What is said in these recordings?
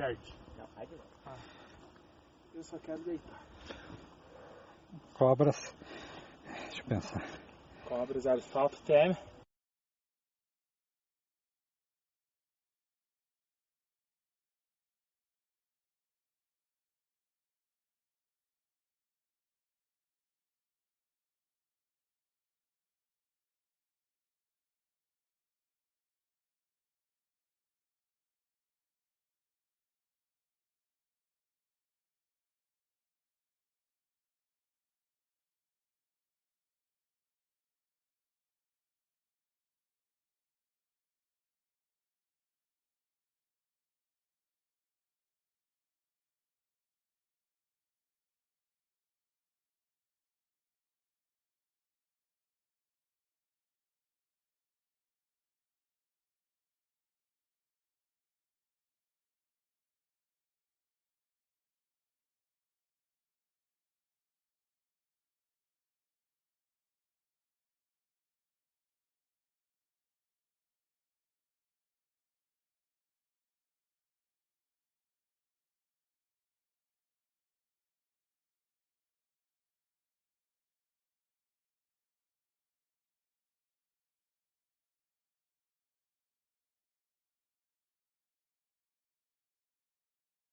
Dart. Não, vai de novo. Ah. Eu só quero deitar. Cobras. Deixa eu pensar. Cobras, asfalto, teme.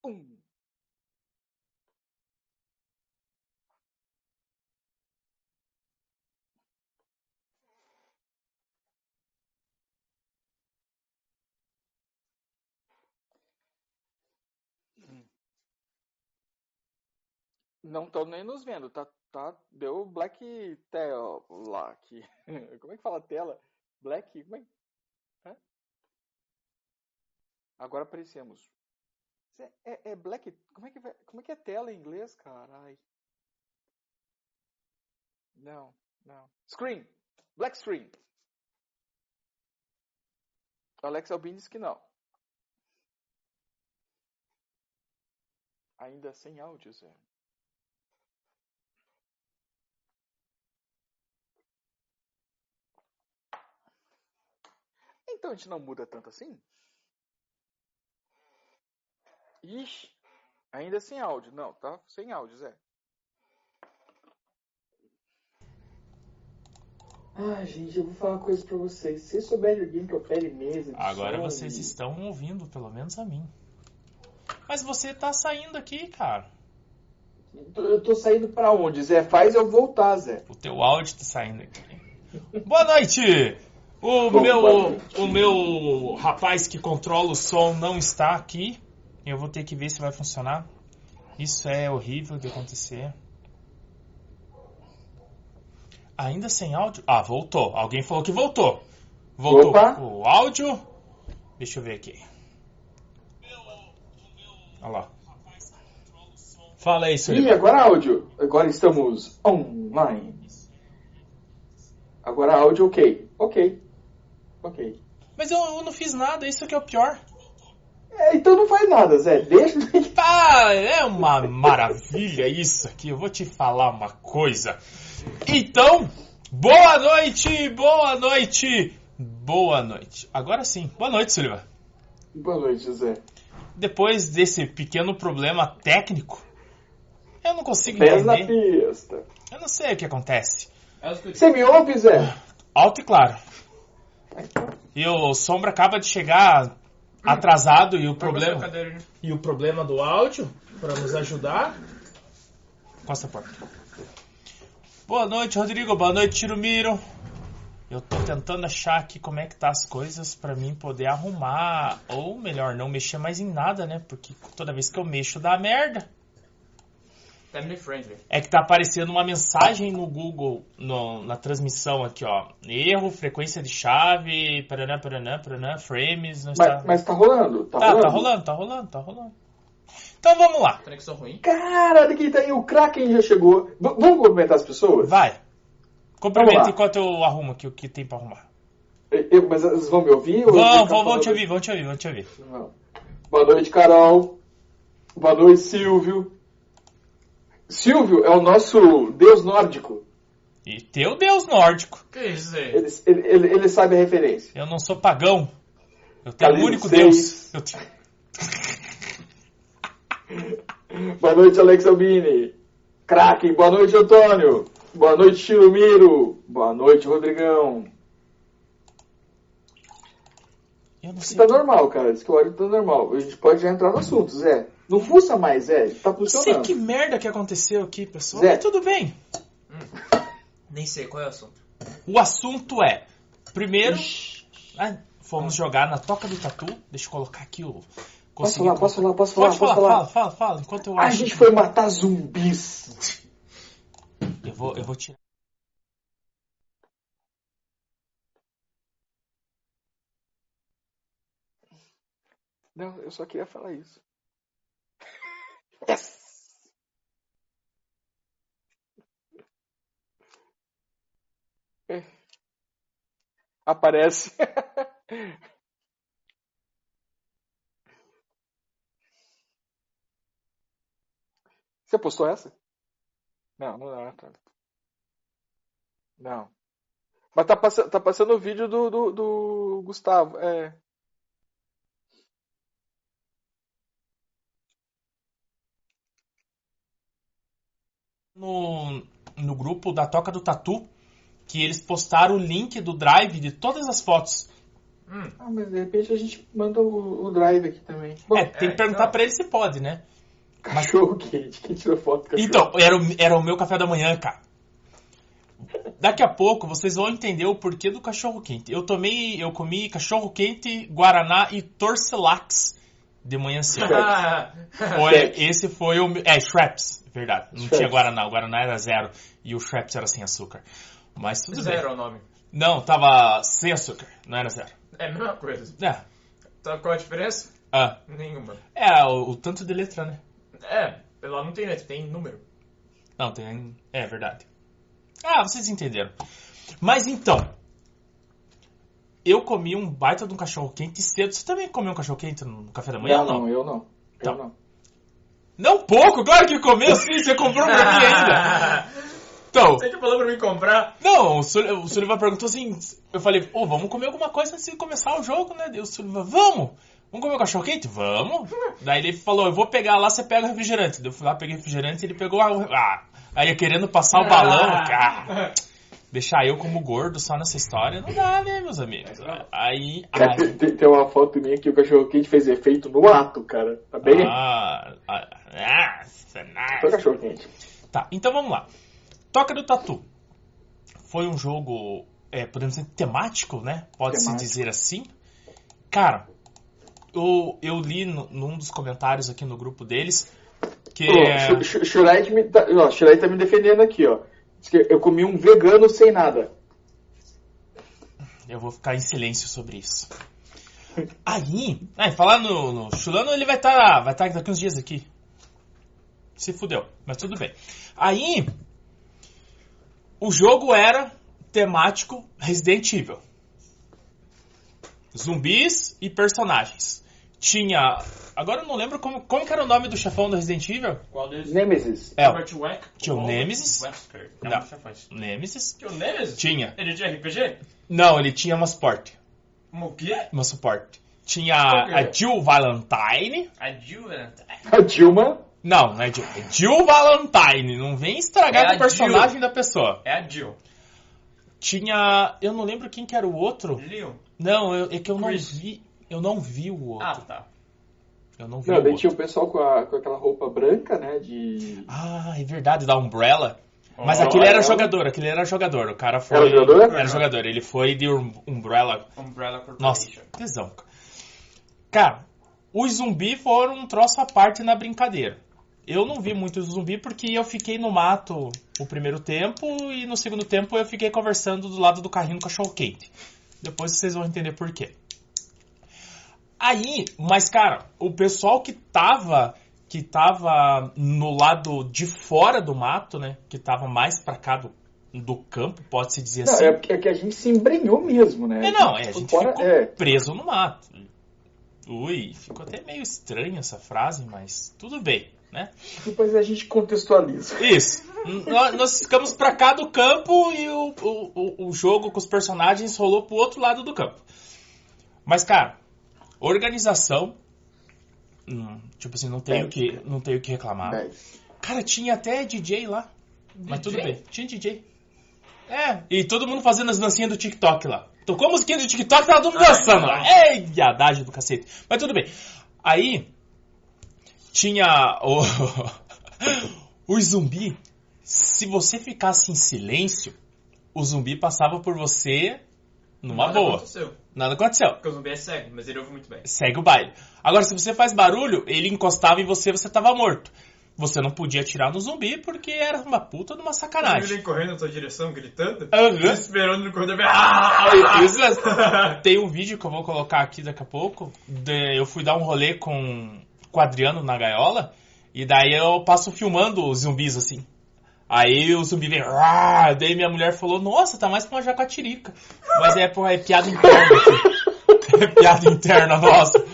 Um. Não estão nem nos vendo, tá, tá, deu black tela aqui. Como é que fala tela? Black, como é? Hã? Agora aparecemos. Cê- É, é black. Como é, que, vai- como é que é tela em inglês, carai? Não, não. Screen! Black screen! Alex Albin disse que não. Ainda sem áudio, Zé. Então a gente não muda tanto assim? Ixi, ainda sem áudio. Não, tá sem áudio, Zé. Ah, gente, eu vou falar uma coisa pra vocês. Se souber de alguém que opere mesa, Agora som vocês e- estão ouvindo, pelo menos a mim. Mas você tá saindo aqui, cara. Tô- Eu tô saindo pra onde, Zé? Faz eu voltar, Zé. O teu áudio tá saindo aqui. Boa noite! O Bom, meu, boa noite. o meu rapaz que controla o som não está aqui. Eu vou ter que ver se vai funcionar. Isso é horrível de acontecer. Ainda sem áudio? Ah, voltou. Alguém falou que voltou. Voltou Opa. o áudio. Deixa eu ver aqui. Olha lá. Fala aí, Ih, Sullivan. agora áudio. Agora estamos online. Agora áudio, ok. Ok. Ok. Mas eu, eu não fiz nada, isso que é o pior. É, então não faz nada, Zé. Deixa. Pá, é uma maravilha isso aqui. Eu vou te falar uma coisa. Então, boa noite, boa noite, boa noite. Agora sim, boa noite, Silva. Boa noite, Zé. Depois desse pequeno problema técnico, eu não consigo Pés na entender. pista. Eu não sei o que acontece. É Você me ouve, Zé? Alto e claro. E o Sombra acaba de chegar atrasado e o tá problema e o problema do áudio para nos ajudar. Costa a porta. Boa noite, Rodrigo. Boa noite, Tirumiro. Eu tô tentando achar aqui como é que tá as coisas para mim poder arrumar ou melhor, não mexer mais em nada, né? Porque toda vez que eu mexo dá merda. Family friendly. É que tá aparecendo uma mensagem no Google, no- na transmissão aqui, ó. Erro, frequência de chave, paranã, paranã, paranã, frames, não está. Mas, mas tá rolando? Tá, tá, rolando? tá rolando, tá rolando, tá rolando. Então vamos lá, Conexão ruim. Caralho, quem tá aí? O Kraken já chegou. V- vamos cumprimentar as pessoas? vai. Vamos Cumprimenta lá. enquanto eu arrumo aqui o que tem pra arrumar. Eu- mas elas vão me ouvir? ou eu tenho que Vão, ficar vão, vão te falando? ouvir, vão te ouvir, vão te ouvir. Não. Boa noite, Carol. Boa noite, Silvio. Silvio é o nosso deus nórdico. E teu Deus nórdico, Que isso, Zé? Ele, ele- ele- ele sabe a referência. eu não sou pagão. Eu tenho o Calil único seis. Deus. Eu tenho... Boa noite, Alex Albini. Kraken, boa noite, Antônio. Boa noite, Chirumiro. Boa noite, Rodrigão. Eu não sei. Tá normal, cara. Isso que o áudio tá normal. A gente pode já entrar no assunto, Zé. Não fuça mais, Zé. Tá Não sei funcionando. que merda que aconteceu aqui, pessoal. Zé. Mas tudo bem. Nem sei qual é o assunto. O assunto é. Primeiro, ah, fomos jogar na Toca do Tatu. Deixa eu colocar aqui o. Posso consegui falar, posso falar, posso falar, Pode posso falar, falar? fala, fala, fala. Enquanto eu A acho. gente foi matar zumbis. Eu vou, eu vou tirar. Não, eu só queria falar isso. Yes! É. Aparece. Você postou essa? Não, não é. tá. Não. Mas tá passando, tá passando o vídeo do, do, do Gustavo. É. no, no grupo da Toca do Tatu que eles postaram o link do drive de todas as fotos. Ah, mas de repente a gente manda o, o drive aqui também. Bom, é, tem que é, perguntar então. pra eles se pode, né? Cachorro quente, quem tirou foto do cachorro? Então, era, o- era o meu café da manhã, cara. Daqui a pouco vocês vão entender o porquê do cachorro quente. Eu tomei, eu comi cachorro quente, guaraná e torcelax de manhã cedo. Olha, Shreps. esse foi o. meu- É, Shreps, verdade. Não Shreps. tinha Guaraná, o Guaraná era zero e o Shreps era sem açúcar. Mas tudo Zero bem. é o nome. Não, tava sem açúcar, não era zero. É a mesma coisa. É, Então qual a diferença? ah, Nenhuma. é o, o tanto de letra, né? É, lá não tem letra, tem número. Não, tem. É verdade. Ah, vocês entenderam. Mas então. Eu comi um baita de um cachorro quente cedo. Você também comeu um cachorro quente no café da manhã? Não, não, eu não. Então. Eu não. Não pouco, claro que comeu sim, você comprou pra mim ainda. Então, Você que falou pra mim comprar? Não, o Sul- o Sullivan perguntou assim. Eu falei, ô, vamos comer alguma coisa antes de começar o jogo, né? Daí O Sullivan, vamos! Vamos comer o cachorro quente? Vamos! Daí ele falou, eu vou pegar lá, você pega o refrigerante. Daí eu fui lá, peguei o refrigerante, ele pegou a. Ah, aí eu querendo passar o balão, cara. Deixar eu como gordo só nessa história, não dá, né, meus amigos? Aí. Cara, aí- tem, tem uma foto minha que o cachorro quente fez efeito no ato, cara. Tá bem? ah, ah, ah, Foi cachorro quente. Tá, então vamos lá. Toca do Tatu. Foi um jogo, é, podemos dizer, temático, né? Pode-se Temático. dizer assim. Cara, eu, eu li no- num dos comentários aqui no grupo deles que é, Ô, Sh- Sh- Shurai que me tá, ó, Shurai tá me defendendo aqui, ó. Diz que eu comi um vegano sem nada. eu vou ficar em silêncio sobre isso. Aí, aí falar no, no Chulano, ele vai estar vai tá daqui uns dias aqui. Se fudeu, mas tudo bem. Aí, o jogo era temático Resident Evil. Zumbis e personagens. Tinha. Agora eu não lembro como, como que era o nome do chefão do Resident Evil. Qual deles? Nemesis. É, o Robert Weck. Tinha o Nemesis. Webster. É Não. Não, já faz. Nemesis. Tinha o Nemesis? Tinha. Ele tinha RPG? Não, ele tinha uma suporte. O quê? Uma suporte. Tinha a a Jill Valentine. A Jill era... A Dilma. Não, não é Jill. É Jill Valentine. Não vem estragar É com a o personagem da pessoa. É a Jill. Tinha. Eu não lembro quem que era o outro. Leon. Não, eu- é que eu não Chris. vi. Eu não vi o outro. Ah, tá. eu não vi Não, o daí outro. tinha o pessoal com, a- com aquela roupa branca, né? De. Ah, é verdade, da Umbrella. Mas Oh, aquele é era ela. jogador, aquele era jogador. O cara foi. Era jogador? Era jogador. Ele foi de Um- Umbrella. Umbrella Nossa, Corporation. tesão. cara. Cara, os zumbi foram um troço à parte na brincadeira. Eu não vi muito zumbi porque eu fiquei no mato o primeiro tempo e no segundo tempo eu fiquei conversando do lado do carrinho do cachorro quente. Depois vocês vão entender por quê. Aí, mas cara, o pessoal que tava que tava no lado de fora do mato, né? Que tava mais pra cá do, do campo, pode-se dizer Não, assim. é porque é que a gente se embrenhou mesmo, né? É, não, é, a gente Fora- ficou é. preso no mato. Ui, ficou até meio estranha essa frase, mas tudo bem, né? Depois tipo, a gente contextualiza. Isso. N- nó- Nós ficamos pra cá do campo e o, o, o- o jogo com os personagens rolou pro outro lado do campo. Mas, cara, organização, Não, tipo assim, não É. tenho, que, não tenho que Ah. reclamar. 10. Cara, tinha até DJ lá. Mas tudo DJ? bem. Tinha DJ. É, e todo mundo fazendo as dancinhas do TikTok lá. Então, Tocou a musiquinha do TikTok, tava todo mundo Ah, dançando então. lá. É viadagem do cacete. Mas tudo bem. Aí, tinha o, o zumbi. Se você ficasse em silêncio, o zumbi passava por você numa Nada boa. Aconteceu. Nada aconteceu. Porque o zumbi é cego, mas ele ouve muito bem. Segue o baile. Agora, se você faz barulho, ele encostava em você, você tava morto. Você não podia atirar no zumbi porque era uma puta de uma O zumbi sacanagem. vem correndo na sua direção, gritando. Aham. Esperando no corredor. Aí, Ah! isso mesmo. Tem um vídeo que eu vou colocar aqui daqui a pouco. de- eu fui dar um rolê com, com o Adriano na gaiola. E daí eu passo filmando os zumbis assim. Aí o zumbi vem. "Ah", Daí minha mulher falou: Nossa, tá mais pra uma jaguatirica. Mas é, porra, é piada interna. assim. É piada interna nossa.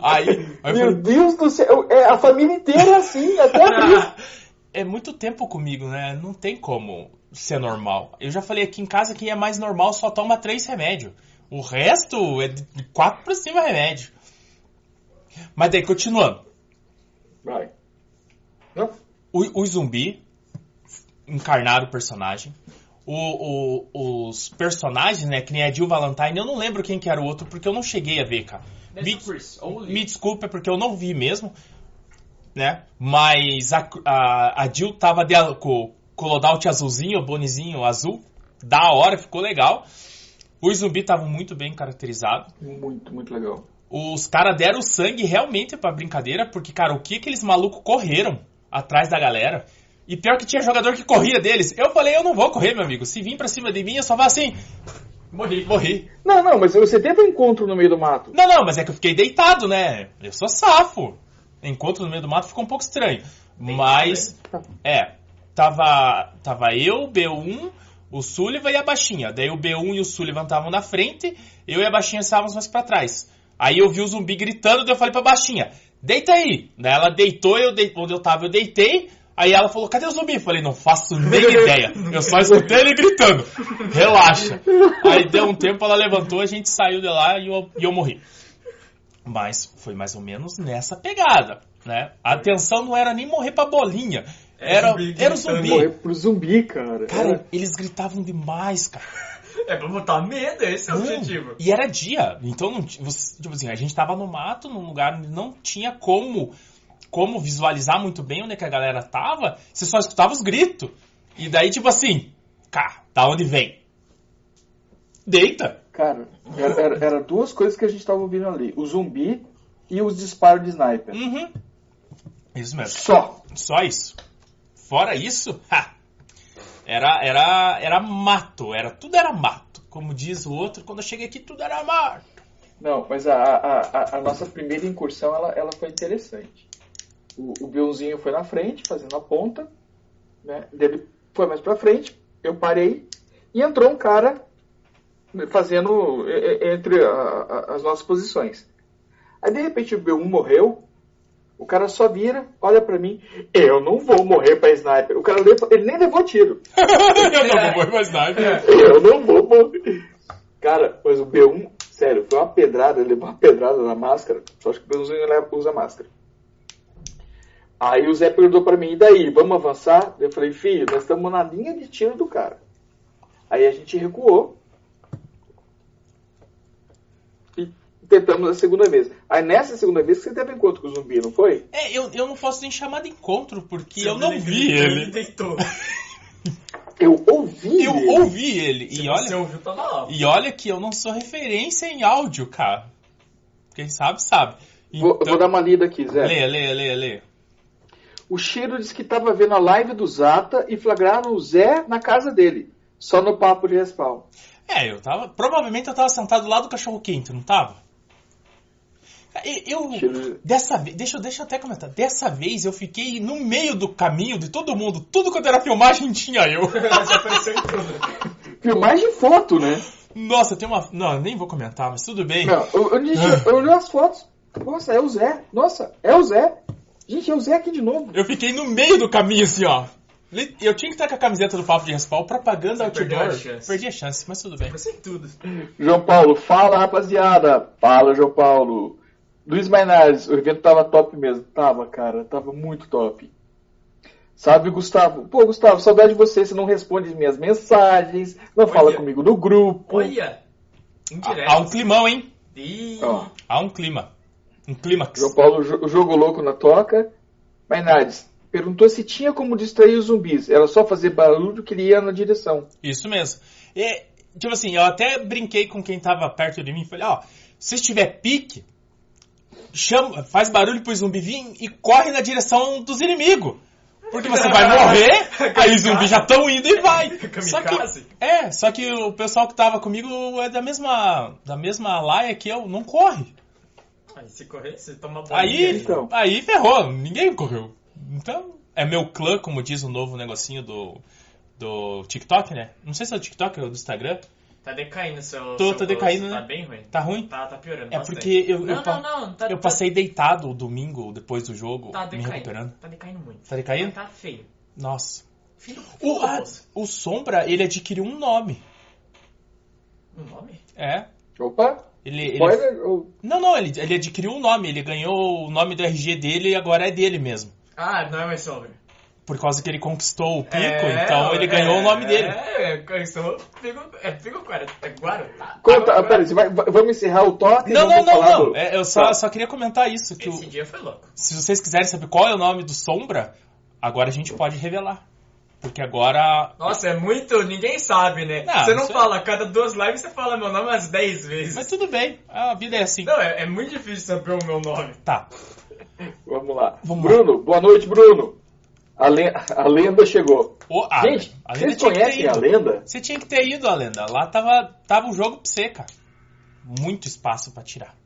Aí, aí eu Meu falei, Deus do céu, é, a família inteira é assim, até a Cris. é muito tempo comigo, né? Não tem como ser normal. Eu já falei aqui em casa que é mais normal só toma três remédios. O resto é de de quatro pra cima remédio. Mas daí, continuando. Vai. Não? O, o zumbi, encarnar o personagem. O- o- os personagens, né? Que nem a Jill Valentine, eu não lembro quem que era o outro, porque eu não cheguei a ver, cara. "Ah!" Me- Chris, only. Me desculpa, é porque eu não vi mesmo, né? Mas a, a, a Jill tava de, a- com com o loadout azulzinho, o bonezinho azul. Da hora, ficou legal. Os zumbis estavam muito bem caracterizados. Muito, muito legal. Os caras deram sangue realmente pra brincadeira, porque, cara, o que aqueles malucos correram atrás da galera. E pior que tinha jogador que corria deles. Eu falei, eu não vou correr, meu amigo. Se vir pra cima de mim, eu só vou assim. Morri. Morri. Não, não, mas você teve um encontro no meio do mato. Não, não, mas é que eu fiquei deitado, né? Eu sou safo. Encontro no meio do mato ficou um pouco estranho. Mas, é, tava, tava eu, B1, o Sullivan e a Baixinha. Daí o B1 e o Sullivan estavam na frente, eu e a Baixinha estávamos mais pra trás. Aí eu vi o zumbi gritando, daí eu falei pra Baixinha, deita aí. Daí ela deitou, eu dei, onde eu tava eu deitei. Aí ela falou, cadê o zumbi? Eu falei, não faço nem ideia. Eu só escutei ele gritando. Relaxa. Aí deu um tempo, ela levantou, a gente saiu de lá e eu, e eu morri. Mas foi mais ou menos nessa pegada, né? A atenção não era nem morrer pra bolinha. É Era, era zumbi o gritando. zumbi. Morrer pro zumbi, cara. Cara, eles gritavam demais, cara. É pra botar medo, esse é o Não, objetivo. E era dia. Então, não ti- você- tipo assim, a gente tava no mato, num lugar onde não tinha como como visualizar muito bem onde é que a galera tava. Você só escutava os gritos. E daí, tipo assim, cá, da onde vem? Deita. Cara, era, era- era duas coisas que a gente tava ouvindo ali: o zumbi e os disparos de sniper. Uhum. Isso mesmo. Só. Só isso. Fora isso, ha, era, era, era mato, era tudo era mato. Como diz o outro, quando eu cheguei aqui tudo era mato. Não, mas a, a, a- a nossa primeira incursão ela, ela foi interessante. O, o Bionzinho foi na frente, fazendo a ponta, né? Ele foi mais pra frente, eu parei, e entrou um cara fazendo é, é, entre a- a- as nossas posições. Aí de repente o B1 morreu, o cara só vira, olha pra mim, eu não vou morrer pra sniper. O cara levou- ele nem levou tiro. eu não vou mais nada. Eu não vou morrer. Cara, mas o B1, sério, foi uma pedrada, ele levou uma pedrada na máscara. Só acho que o B1zinho leva- usa máscara. Aí o Zé perguntou pra mim, e daí, vamos avançar? Eu falei, filho, nós estamos na linha de tiro do cara. Aí a gente recuou. E tentamos a segunda vez. Aí nessa segunda vez que você teve encontro com o zumbi, não foi? É, eu, eu não posso nem chamar de encontro, porque Você eu não vi gritou, ele. Ele deitou. Eu ouvi. Eu ele. ouvi ele. E Você olha, ouviu, tava lá. e olha que eu não sou referência em áudio, cara. Quem sabe, sabe. Então, Vou, vou dar uma lida aqui, Zé. Lê, lê, lê, lê. O Cheiro disse que estava vendo a live do Zata e flagraram o Zé na casa dele, só no papo de respawn. É, eu tava. Provavelmente eu tava sentado lá do cachorro quente, não tava? E- Eu. Cheiro- Dessa vez. Deixa, eu- deixa eu até comentar. Dessa vez eu fiquei no meio do caminho de todo mundo. Tudo quanto era filmagem tinha eu. Você apareceu em tudo. Filmagem e foto, né? Nossa, tem uma. Não, eu nem vou comentar, mas tudo bem. Não, eu, eu, gente, eu olhei as fotos. Nossa, é o Zé. Nossa, é o Zé. Gente, é o Zé aqui de novo. Eu fiquei no meio do caminho, assim, ó. Li- Eu tinha que estar com a camiseta do Papo de Respawn, propaganda Você outdoor. perdeu a chance. Perdi a chance, mas tudo bem. Apareceu em tudo. João Paulo, fala rapaziada. Fala, João Paulo. Luiz Mainares, o evento tava top mesmo. Tava, cara. Tava muito top. Sabe, Gustavo? Pô, Gustavo, saudade de você. Você não responde minhas mensagens, não Olha. fala comigo no grupo. Olha! Indireto. Há um climão, hein? Ih, Ó, Há um clima. Um clímax. João Paulo, jo- jogo louco na toca. Mainares, perguntou se tinha como distrair os zumbis. Era só fazer barulho que ele ia na direção. Isso mesmo. E, tipo assim, eu até brinquei com quem tava perto de mim. Falei, ó, se tiver pique, chama, faz barulho pro zumbi vir e corre na direção dos inimigos. Porque você vai morrer, aí os zumbis já estão indo e vai. Só que, Kamikaze. é, só que o pessoal que tava comigo é da mesma, da mesma laia que eu, não corre. Aí se correr, você toma bolinha. Aí, então. aí ferrou, ninguém correu. Então, é meu clã, como diz o novo negocinho do, do TikTok, né? Não sei se é o TikTok ou do Instagram. Tá decaindo seu. Tô- seu tô decaindo, gosto. né? Tá bem ruim. Tá ruim? Tá, tá piorando. É bastante. porque eu- eu Não, pa- não, não. Tá, Eu passei deitado o domingo depois do jogo, Tá, tá me decaindo. recuperando. Tá decaindo muito. Tá decaindo? Tá feio. Nossa. Filho, O, filho da ah, moça. o Sombra, ele adquiriu um nome. Um nome? É. Opa, Ele, ele- spoiler? ou- Não, não, ele, ele adquiriu um nome. Ele ganhou o nome do RG dele e agora é dele mesmo. Ah, não é mais sobre. Por causa que ele conquistou o pico, É, então ele é, ganhou o nome dele. É, é, isso. Fico- É, fico guaro. É guaro? Tá. Conta, Agora- ah, peraí, você vai- vai- vamos encerrar o toque? e Não, não, vamos não, falar não. do- É, eu só, Tá. só queria comentar isso. Que o- Esse dia foi louco. se vocês quiserem saber qual é o nome do Sombra, agora a gente pode revelar. Porque agora. Nossa, é muito. Ninguém sabe, né? Não, você não isso é- fala. Cada duas lives você fala meu nome umas 10 vezes. Mas tudo bem, a vida é assim. Não, é, é muito difícil saber o meu nome. Tá. Vamos lá. Vamos Bruno, boa noite, Bruno. A, le- a lenda chegou. O, ah, Gente, a lenda vocês tinha que ter conhecem ido. a lenda? Você tinha que ter ido a lenda. Lá tava, tava um jogo pra você, cara. Muito espaço pra tirar.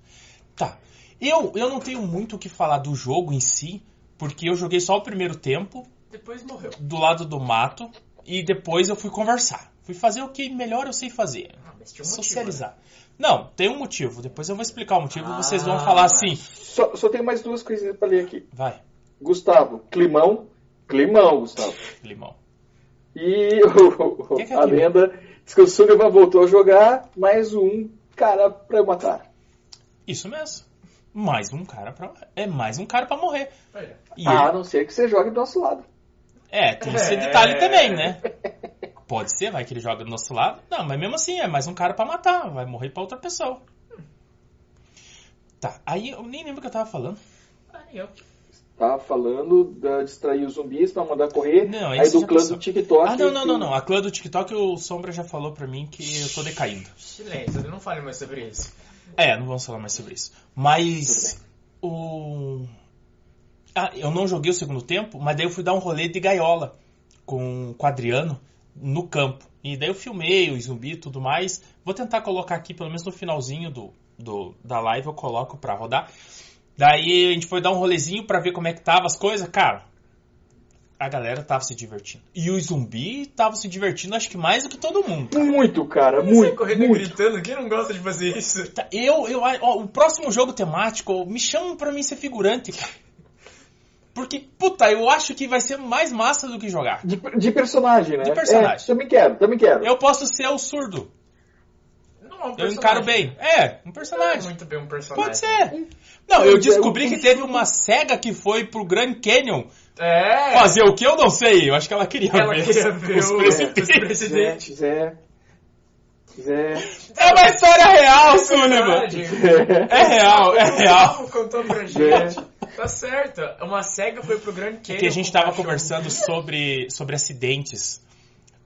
Tá. Eu, eu não tenho muito o que falar do jogo em si, porque eu joguei só o primeiro tempo, Depois morreu. do lado do mato, e depois eu fui conversar. Fui fazer o que melhor eu sei fazer. Ah, mas tinha um motivo, Socializar. Não, tem um motivo. Depois eu vou explicar o motivo e vocês vão Ah, falar assim. Só, só tem mais duas coisinhas pra ler aqui. Vai, Gustavo, climão. Climão, Gustavo. limão. E o- o- Que que é a aquilo? lenda diz que o Sullivan voltou a jogar mais um cara pra matar. Isso mesmo. Mais um cara pra. É mais um cara pra morrer. né? Olha. E A não ser que você jogue do nosso lado. É, tem esse É. detalhe também, né? Pode ser, vai que ele joga do nosso lado. Não, mas mesmo assim, é mais um cara pra matar. Vai morrer pra outra pessoa. Tá, aí eu nem lembro o que eu tava falando. Ah, nem eu. Tá falando da distrair os zumbis pra mandar correr. Não, aí esse do já clã passou. do TikTok. Ah, não, não, não, não. A clã do TikTok, o Sombra já falou pra mim que eu tô decaindo. Silêncio, não fale mais sobre isso. É, não vamos falar mais sobre isso. Mas. O. Ah, eu não joguei o segundo tempo, mas daí eu fui dar um rolê de gaiola com, com o Adriano no campo. E daí eu filmei o zumbi e tudo mais. Vou tentar colocar aqui, pelo menos no finalzinho do, do, da live, eu coloco pra rodar. Daí a gente foi dar um rolezinho pra ver como é que tava as coisas, cara. A galera tava se divertindo. E o zumbi tava se divertindo, acho que mais do que todo mundo. Muito, cara, é Você muito. correndo e muito. gritando, quem não gosta de fazer isso? Tá, Eu, eu, ó, o próximo jogo temático, me chamam pra mim ser figurante, cara. Porque, puta, eu acho que vai ser mais massa do que jogar. De, de personagem, né? De personagem. É, também quero, também quero. Eu posso ser o surdo. Não, é um Eu personagem. encaro bem. É, um Não é personagem. muito bem um personagem. Pode ser. Não, eu descobri que teve uma cega que foi pro Grand Canyon É. fazer o que eu não sei. Eu acho que ela queria Ela ver, queria os- ver os o- precipícios. os Zé, presidentes. Zé. Zé. É uma história real, Verdade. Sullivan. É né, real, é real. Não, Contou pra gente. É. Tá certo. Uma cega foi pro Grand É Canyon. que a gente com um tava cachorro. conversando sobre, sobre acidentes.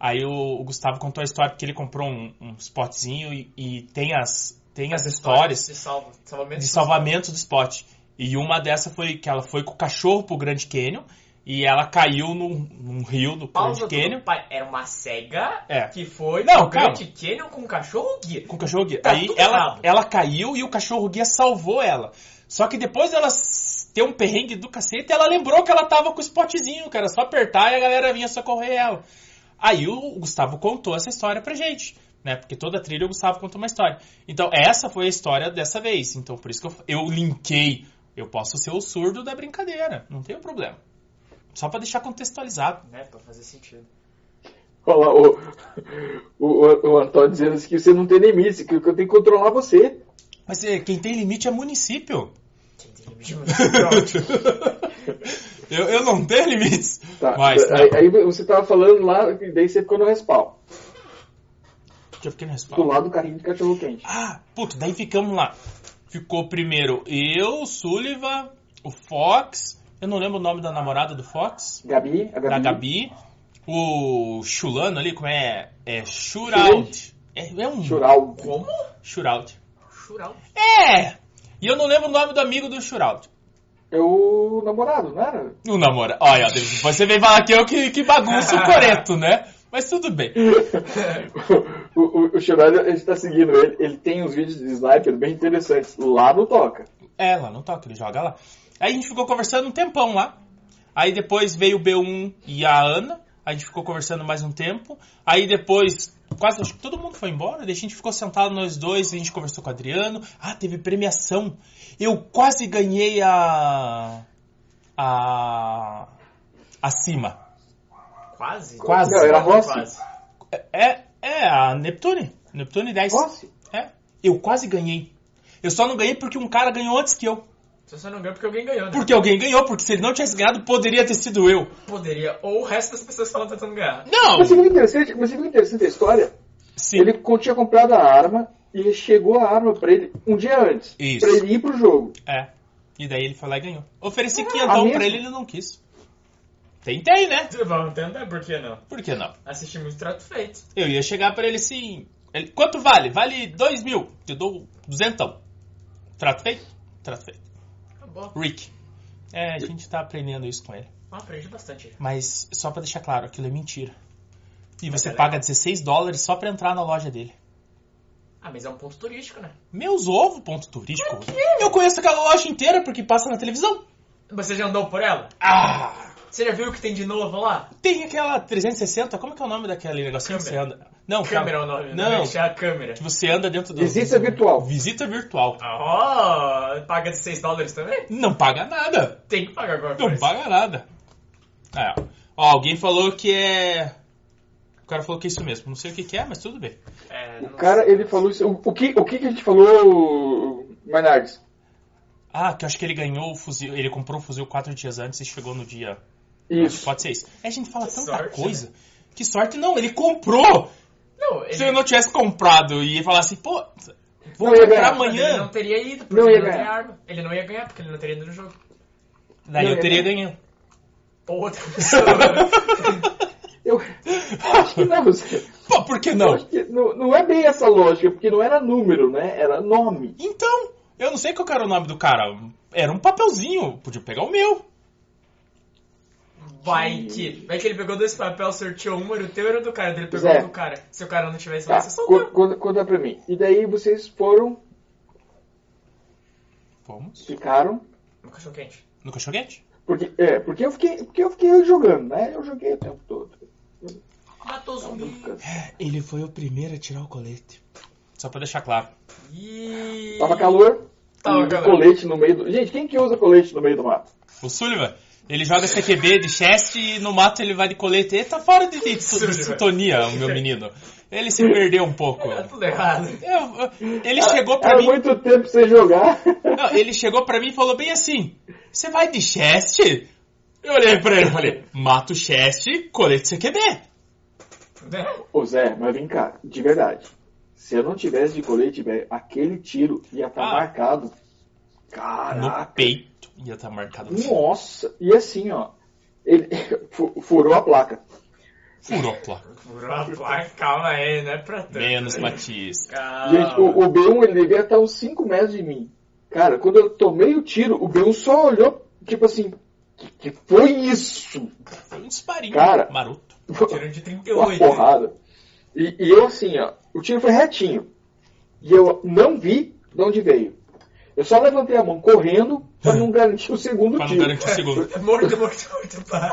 Aí o, o Gustavo contou a história que ele comprou um, um spotzinho e, e tem as, tem as histórias de salva, salvamento. de salvamento do spot. E uma dessa foi que ela foi com o cachorro pro Grande Canyon e ela caiu num, num rio do Pausa Grande do Canyon. pai. Era uma cega É. que foi Não, pro Grand calma. Canyon com um cachorro guia. Com o cachorro guia. Tá Aí tudo ela, errado. ela caiu e o cachorro guia salvou ela. Só que depois ela s- ter um perrengue do cacete, ela lembrou que ela tava com o spotzinho, que era só apertar e a galera vinha socorrer ela. Aí o Gustavo contou essa história pra gente, né? Porque toda trilha o Gustavo conta uma história. Então essa foi a história dessa vez. Então por isso que eu, f- eu linkei. Eu posso ser o surdo da brincadeira, não tem problema. Só pra deixar contextualizado. Né, pra fazer sentido. Olha lá, o, o, o Antônio dizendo que você não tem limite, que eu tenho que controlar você. Mas é, quem tem limite é município. eu, eu não tenho limites. Tá. Mas, tá. aí, aí você tava falando lá, e daí você ficou no respaldo. Porque eu fiquei no Do respaldo. lado do carrinho de cachorro quente. Ah, puto, daí ficamos lá. Ficou primeiro eu, o Sullivan, o Fox. Eu não lembro o nome da namorada do Fox. Gabi, a Gabi. Da Gabi. O Chulano ali, como é? É Shuraud. É, é um. Chural. Como? Shuraud. Chural. É! E eu não lembro o nome do amigo do Shuraud. É o namorado, não era? O namorado. Olha, David, você vem falar que eu que, que bagunço o coreto, né? Mas tudo bem. o o, o Chural, a gente tá seguindo ele. Ele tem uns vídeos de sniper bem interessantes lá no Toca. É, lá no toque, ele joga lá. Aí a gente ficou conversando um tempão lá. Aí depois veio o B1 e a Ana. A gente ficou conversando mais um tempo. Aí depois, quase acho que todo mundo foi embora. Daí a gente ficou sentado nós dois, a gente conversou com o Adriano. Ah, teve premiação. Eu quase ganhei a. A. Acima. Quase? Quase. Não, era Rossi. Quase. É, é a Neptune. Neptune 10. Rossi. É. Eu quase ganhei. Eu só não ganhei porque um cara ganhou antes que eu. Você só não ganha porque alguém ganhou, né? Porque alguém ganhou, porque se ele não tivesse ganhado, poderia ter sido eu. Poderia. Ou o resto das pessoas que estavam tentando ganhar. Não! Mas você viu interessante, mas você viu interessante a história? Sim. Ele co- tinha comprado a arma e chegou a arma pra ele um dia antes. Isso. Pra ele ir pro jogo. É. E daí ele foi lá e ganhou. Ofereci Ah, a 500 mesma? pra ele, ele não quis. Tentei, né? Vamos tentar, por que não? Por que não? Assisti muito Trato Feito. Eu ia chegar pra ele assim... ele, Quanto vale? Vale 2 mil. Te dou duzentão. Trato feito? Trato feito. Acabou. Rick. É, a gente tá aprendendo isso com ele. Ah, aprendi bastante. Mas só pra deixar claro, aquilo é mentira. E Mas você é paga 16 dólares só pra entrar na loja dele. Ah, mas é um ponto turístico, né? Meus ovos, ponto turístico. Eu conheço aquela loja inteira porque passa na televisão. Você já andou por ela? Ah! Você já viu o que tem de novo lá? Tem aquela 360, como é que é o nome daquele negocinho que você Câmera. anda? Não, Câmera é o nome. Não, Deixar a câmera. que você anda dentro do... Visita virtual. Visita virtual. Ah, ó, paga de 6 dólares também? Não paga nada. Tem que pagar agora. Não paga nada. É. Ó, alguém falou que é... O cara falou que é isso mesmo. Não sei o que que é, mas tudo bem. É, O não cara, ele falou isso. O, o que, o que que a gente falou, Manardes? Ah, que eu acho que ele ganhou o fuzil... Ele comprou o fuzil quatro dias antes e chegou no dia... Isso. Pode ser isso. Aí a gente fala Que tanta sorte, coisa. Que sorte não, ele comprou. Não, ele, Se eu não tivesse comprado e ia falar assim, pô, vou Não ia comprar ganhar. mas ele não amanhã. teria ido, porque Não ia ele não ganhar. teria arma. Ele não ia ganhar, porque ele não teria ido no jogo. Daí não eu ia teria ganhado. Ou outra pessoa. Eu acho que não. Zé. Pô, por que Eu não? acho que não, não é bem essa lógica, porque não era número, né? Era nome. Então, eu não sei qual que era o nome do cara. Era um papelzinho. Podia pegar o meu. Vai que. Vai que ele pegou dois papéis, sorteou um, era o teu era o do cara. Ele pegou Zé. o do cara. Se o cara não tivesse lá, Tá, você só co- deu. conta, conta pra mim. E daí vocês foram, Vamos. ficaram. Um cachorro quente. No cachorrete? Porque, é, porque eu fiquei, porque eu fiquei jogando, né? Eu joguei o tempo todo. Matou Então, não zumbi. fica- Ele foi o primeiro a tirar o colete. Só pra deixar claro. E... Tava calor, Tá, Tava e calor. colete no meio do. Gente, quem que usa colete no meio do mato? O Sullivan, ele joga CQB de chest e no mato ele vai de colete. Ele tá fora de, de- de Sullivan. sintonia, o meu menino. Ele se perdeu um pouco. Tá tudo errado. Eu- eu- ele chegou pra Era mim. muito tempo sem jogar. Não, ele chegou pra mim e falou bem assim: Você vai de chest? Eu olhei pra ele e falei: Mato chest, colete CQB. Né? Ô Zé, mas vem cá, de verdade. Se eu não tivesse de colete, velho, aquele tiro ia estar Ah. marcado. No Caraca. peito. Ia estar marcado no chão. Nossa. E assim, ó. Ele fu- furou a placa. Furou a placa. Furou a placa, calma aí, não é pra tanto. Menos Matias. Calma. Gente, o, o B1 ele devia estar uns 5 metros de mim. Cara, quando eu tomei o tiro, o B1 só olhou, tipo assim, que, que foi isso? Foi um disparinho Cara. maroto. Tirando de uma 38. porrada. E, e eu assim, ó, o tiro foi retinho. E eu não vi de onde veio. Eu só levantei a mão correndo pra não garantir o segundo Pra não tiro. garantir o segundo. É Morto, morto, morto, para.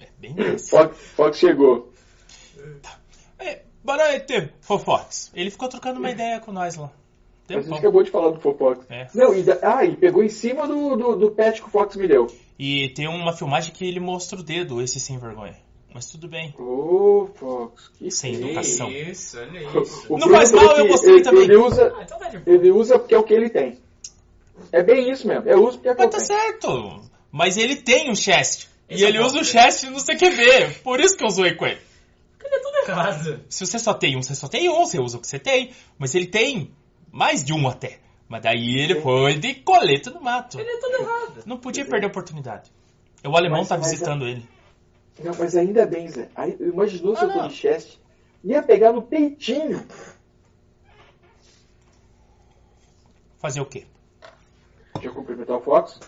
É bem isso. Fox, Fox chegou. É, bora aí ter fofox. Ele ficou trocando uma ideia com nós lá. A gente Tempão. acabou de falar do Fofox. É. Não, e, da- ah, e pegou em cima do, do, do pet que o Fox me deu. E tem uma filmagem que ele mostra o dedo, esse sem vergonha. Mas tudo bem. Ô, Fox, que Sem feio. educação. Isso, olha O isso. Não Bruno faz falou mal, eu que mostrei ele- também. Ele usa, Ah, então tá de boa. ele usa porque é o que ele tem. É bem isso mesmo. É USP e a Mas tá Copen. certo. Mas ele tem um chest. Esse e é ele bom, usa o né? chest no CQB. Por isso que eu zoei com ele. Ele é tudo errado. Se você só tem um, você só tem um, você usa o que você tem. Mas ele tem mais de um até. Mas daí ele foi de coleta no mato. Ele é tudo errado. Não podia perder a oportunidade. O alemão Mas- tá mas é- visitando ele. Não, mas ainda bem, Zé. Aí, imaginou se Ah, eu tô não. de chest. Ia pegar no peitinho. Fazer o quê? Já cumprimentar o Fox?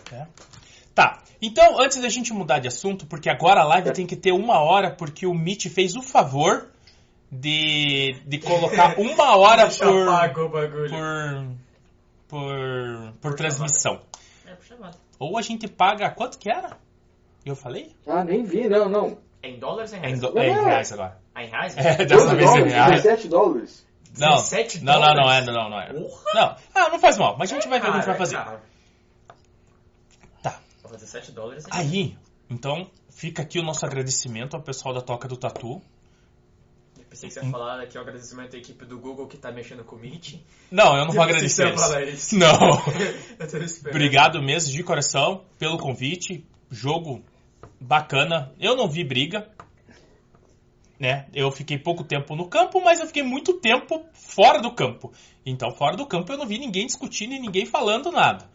Tá. Então, antes da gente mudar de assunto, porque agora a live tem que ter uma hora, porque o Mitch fez o favor de, de colocar uma hora Deixa por, apago o bagulho. por, por, por transmissão. É, por chamada. Ou a gente paga quanto que era? Eu falei? Ah, nem vi, não, não. É em dólares ou em É reais? em, do- é em reais agora. Ah, em reais? É, dessa 12 vez é em dólares, reais. 17 dólares. Não, 17 não, não, não é, dólares? não, não é. Porra, Não, ah, não faz mal, mas a gente vai ver o que a gente vai cara, fazer. cara. Tá. Porra, 17 dólares. é- Aí, então, fica aqui o nosso agradecimento ao pessoal da Toca do Tatu. Eu Pensei que você ia falar aqui o agradecimento à equipe do Google que tá mexendo com o Meet. Não, eu não Eu vou pensei que agradecer você ia eles. falar isso. Não. Eu tô esperando. Obrigado mesmo de coração pelo convite. Jogo bacana. Eu não vi briga. Né? Eu fiquei pouco tempo no campo, mas eu fiquei muito tempo fora do campo. Então, fora do campo, eu não vi ninguém discutindo e ninguém falando nada.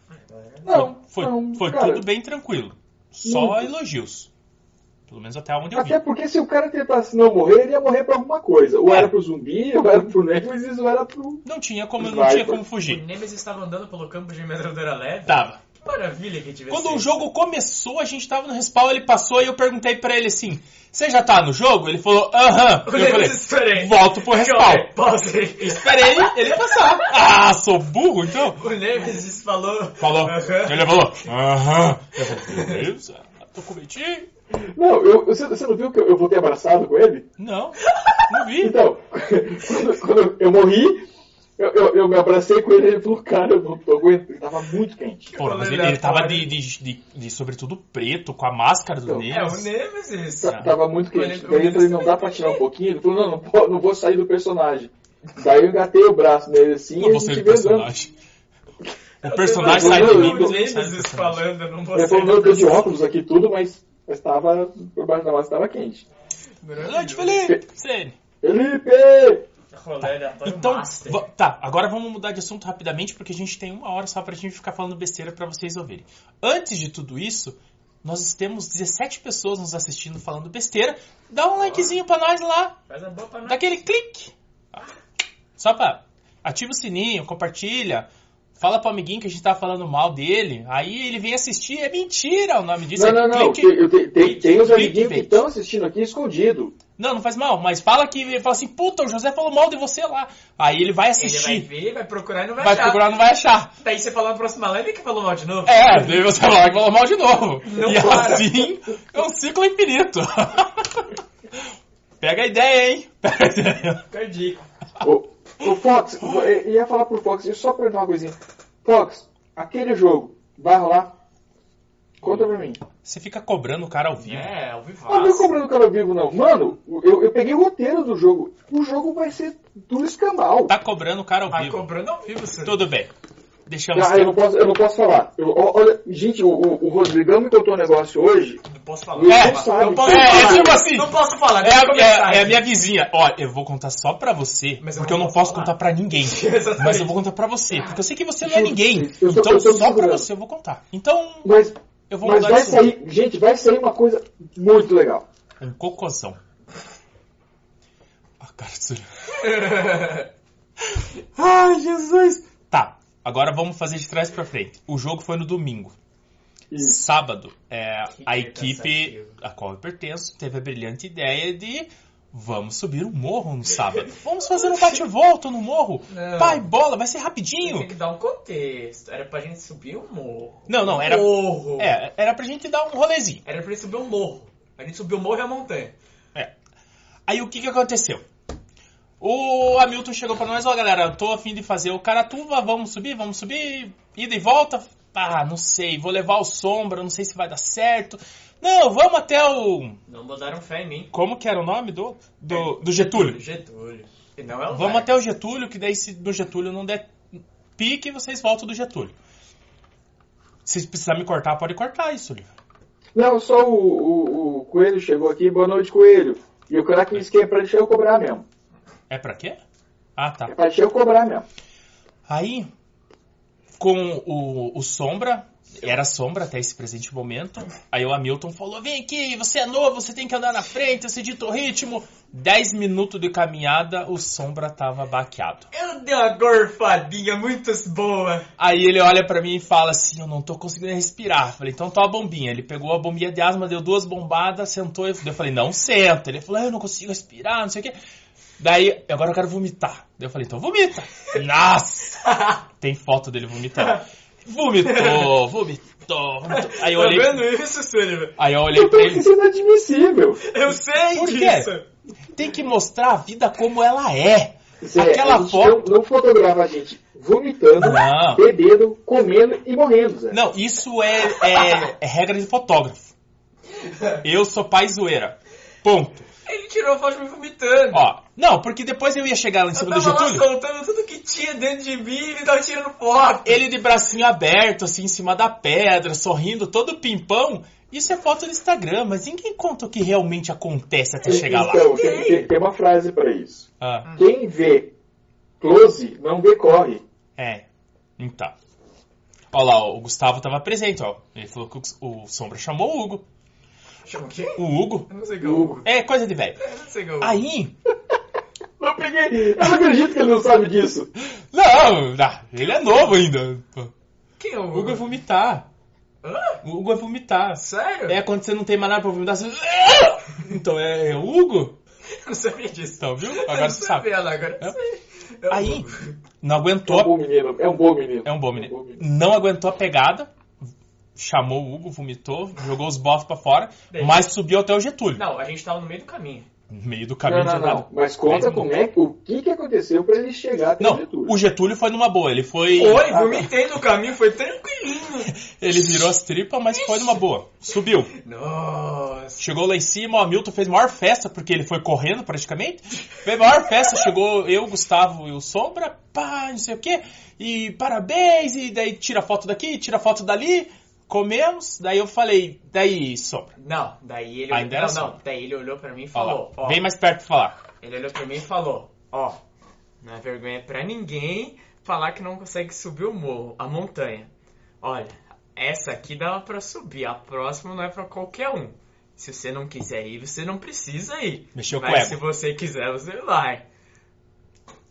Não, foi não, foi cara. tudo bem tranquilo. Só elogios. Pelo menos até onde eu vi. Até porque se o cara tentasse não morrer, ele ia morrer pra alguma coisa. Ou É. era pro zumbi, ou era pro Nemesis, ou era pro... Não tinha como, não Vai, tinha foi- como O fugir. Nemesis estava andando pelo campo de metralhadora leve. Tava. Que maravilha que tivesse. Tá. Quando o jogo começou, a gente tava no respawn, ele passou e eu perguntei pra ele assim: Você já tá no jogo? Ele falou: Aham. O Eu falei: Nemesis é diferente. Volto pro respawn. Pausa aí. Esperei ele passar. Ah, sou burro então? O Nemesis falou. Falou. Aham. Ele falou: Aham. Eu falei: Beleza, eu cometi? Não, eu, você, você não viu que eu, eu voltei abraçado com ele? Não, não vi. Então, quando, quando eu morri, eu, eu, eu me abracei com ele e ele falou, cara, eu não tô aguentando. Ele tava muito quente. Pô, mas ele, ele tava de, de, de, de sobretudo preto, com a máscara do Então, É, o Nemesis. Nemesis. Tá- Tava muito Ele- quente. o Daí eu falei, Nemesis não dá pra também tirar um pouquinho? Ele falou, não, não, vou- não vou sair do personagem. Daí eu engatei o braço nele É, assim Não e a vou sair gente do veio andando. personagem. O personagem sai eu- do eu- O Nemesis. sai do personagem. Nemesis falando, eu não vou Ele sair falou, não, eu tô de personagem. óculos aqui e tudo, mas mas tava, por baixo da máscara tava quente. Boa noite, Felipe. Sene. Felipe! Rolê aleatório Então, master. va- tá, agora vamos mudar de assunto rapidamente, porque a gente tem uma hora só pra gente ficar falando besteira pra vocês ouvirem. Antes de tudo isso, nós temos 17 pessoas nos assistindo falando besteira. Dá um likezinho pra nós lá, Faz a boa pra nós. dá aquele clique. Só pra... Ativa o sininho, compartilha, fala pro amiguinho que a gente tá falando mal dele, aí ele vem assistir, é mentira o nome disso, Não, é não, não. clique. Tem, eu te- tem, tem os clique, amiguinhos que clique. estão assistindo aqui escondido. Não, não faz mal, mas fala que, fala assim, puta, o José falou mal de você lá. Aí ele vai Ele vai assistir, ver, vai procurar e não vai, vai achar. procurar, não vai achar. Daí você fala na próxima live que falou mal de novo. É, daí você vai lá e fala mal de novo. Não e para. assim é um ciclo infinito. Pega a ideia, hein? Pega a ideia. Fica a dica. O, o Fox, eu ia falar pro Fox, eu só perguntar uma coisinha. Fox, aquele jogo, vai rolar? Conta pra mim. Você fica cobrando o cara ao vivo. É, ao Ah, não é vivaço. cobrando o cara ao vivo, não. Mano, eu, eu peguei o roteiro do jogo. O jogo vai ser do escambau. Tá cobrando o cara ao Tá vivo. cobrando ao vivo, senhor. Tudo bem. Deixamos Ah, eu não quieto. posso, eu não posso falar. Eu- ó, olha, gente, o, o o Rodrigão me contou um negócio hoje. Não posso falar. Não É, posso- não não posso- posso é, falar. é tipo assim. Não posso falar, É deixa eu a, começar. é- é a minha vizinha. Ó, eu vou contar só pra você, Mas eu porque eu não não posso posso falar. contar pra ninguém. Exatamente. Mas eu vou contar pra você, porque eu sei que você não é Juro, ninguém. eu tô- Então eu tô me só pra segurando. você eu vou contar. Então Mas, eu vou mas mudar de vai assunto. sair, gente, vai sair uma coisa muito legal. Um cocôzão. A cara do Sr. Ai, Jesus! Tá, agora vamos fazer de trás pra frente. O jogo foi no domingo. Isso. Sábado, é, Que a dia equipe cansativo. a qual eu pertenço teve a brilhante ideia de vamos subir um morro no sábado. Vamos fazer um bate-volta no morro. Não. Pai, bola, vai ser É. Tem rapidinho. que dar um contexto. Era pra gente subir um morro. Não, não, era, Morro. é, era pra gente dar um rolezinho. Era pra gente subir um morro. A gente subiu o morro e a montanha. Aí o que que aconteceu? O Hamilton chegou pra nós, ó galera, eu tô a fim de fazer o Caratuva, vamos subir, vamos subir, ida e volta. Ah, não sei, vou levar o Sombra, não sei se vai dar certo. Não, vamos até o... Não botaram fé em mim. Como que era o nome do? Do, do Getúlio. Getúlio. E não é o Vamos Vargas. até o Getúlio, que daí se do Getúlio não der pique, vocês voltam do Getúlio. Se precisar me cortar, pode cortar isso, Oliver. Não, só o, o- o Coelho chegou aqui. Boa noite, Coelho. E o Crack disse que é pra deixar eu cobrar mesmo. É pra quê? Ah, tá. É pra deixar eu cobrar mesmo. Aí, com o, o Sombra, era Sombra até esse presente momento, aí o Hamilton falou, vem aqui, você é novo, você tem que andar na frente, você dita o ritmo. 10 minutos de caminhada, o Sombra tava baqueado. Eu dei uma gorfadinha muito boa. Aí ele olha pra mim e fala assim, eu não tô conseguindo respirar. Falei, então toma a bombinha. Ele pegou a bombinha de asma, deu duas bombadas, sentou. e Eu falei, não senta. Ele falou, "Ah, eu não consigo respirar, não sei o quê. Daí, agora eu quero vomitar. Daí eu falei, então vomita. Nossa! Tem foto dele vomitando. Vomitou, vomitou, vomitou. Aí eu Tá olhei, vendo isso, Sullivan? aí eu olhei pra ele. Isso é inadmissível. Eu sei Por quê? disso. Tem que mostrar a vida como ela é. Zé, Aquela a gente foto- Não, não fotografa a gente vomitando, Não. bebendo, comendo e morrendo, Zé. Não, isso é, é- é regra de fotógrafo. Eu sou pai zoeira. Ponto. Ele tirou foto me vomitando. Ó, não, porque depois eu ia chegar lá em Eu cima do tava lá Getúlio. soltando tudo que tinha dentro de mim e ele tava tirando foto. Ele de bracinho aberto, assim, em cima da pedra, sorrindo, todo pimpão. Isso é foto do Instagram, mas ninguém conta o que realmente acontece até chegar lá. então, tem, tem- tem uma frase pra isso. Ah, Quem vê close, não vê corre. é. Então. Olha lá, ó, o Gustavo tava presente, ó. Ele falou que o, o Sombra chamou o Hugo. Chama o quê? O Hugo? Eu não sei o que é o Hugo. É, coisa de velho. Eu não sei o que é o Hugo. Aí. Eu peguei. Eu não acredito que ele não sabe disso. Não, ah, ele é novo ainda. Quem é o O Hugo Hugo? é vomitar. Hã? O Hugo é vomitar. Sério? É quando você não tem mais nada pra vomitar, você. Então é, é o Hugo? Eu não sabia disso. Então, viu? eu Agora não você sabe. sabia lá, agora eu É. sei. É o Aí, Hugo. não É um aguentou. bom menino. É um bom menino. É um bom menino. Não aguentou a pegada. Chamou o Hugo, vomitou, jogou os bofs pra fora, Bem. mas subiu até o Getúlio. Não, a gente tava no meio do caminho. No meio do Não, caminho não, de nada. não. Mas conta Mesmo. como é que, o que, que aconteceu pra ele chegar até é Não, o Getúlio. o Getúlio foi numa boa. Ele foi. Oi, vomitei no caminho, foi tranquilinho. Ele virou as tripas, mas foi numa boa. Subiu. Nossa. Chegou lá em cima, o Hamilton fez maior festa, porque ele foi correndo praticamente. Fez maior festa, chegou eu, Gustavo e o Sombra, pá, não sei o quê, e parabéns, e daí tira foto daqui, tira foto dali, comemos. Daí eu falei, daí, Sombra, Não, daí ele... Ainda era não, não, só. daí ele olhou pra mim e ó lá, falou, ó, vem mais perto pra falar. ele olhou pra mim e falou, ó, não é vergonha pra ninguém falar que não consegue subir o morro, a montanha. Olha, essa aqui dava pra subir, a próxima não é pra qualquer um. Se você não quiser ir, você não precisa ir. Mexeu com o Mas se ego. você quiser, você vai.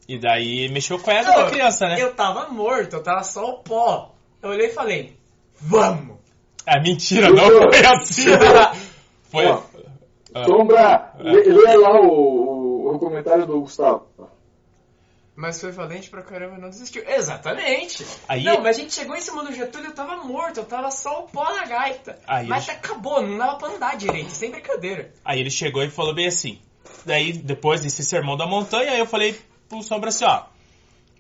E daí mexeu com o ego Não, da criança, né? Eu tava morto, eu tava só o pó. Eu olhei e falei, vamos! Ah, mentira, não foi assim. Foi. Ó, Ah, Sombra, É. lê, lê lá o, o- o comentário do Gustavo. Mas foi valente pra caramba, não desistiu. Exatamente! Aí- Não, mas a gente chegou em cima do Getúlio, eu tava morto, eu tava só o pó na gaita. Aí mas ele- acabou, não dava pra andar direito, sem brincadeira. Aí ele chegou e falou bem assim. Daí, depois desse sermão da montanha, eu falei pro Sombra assim, ó.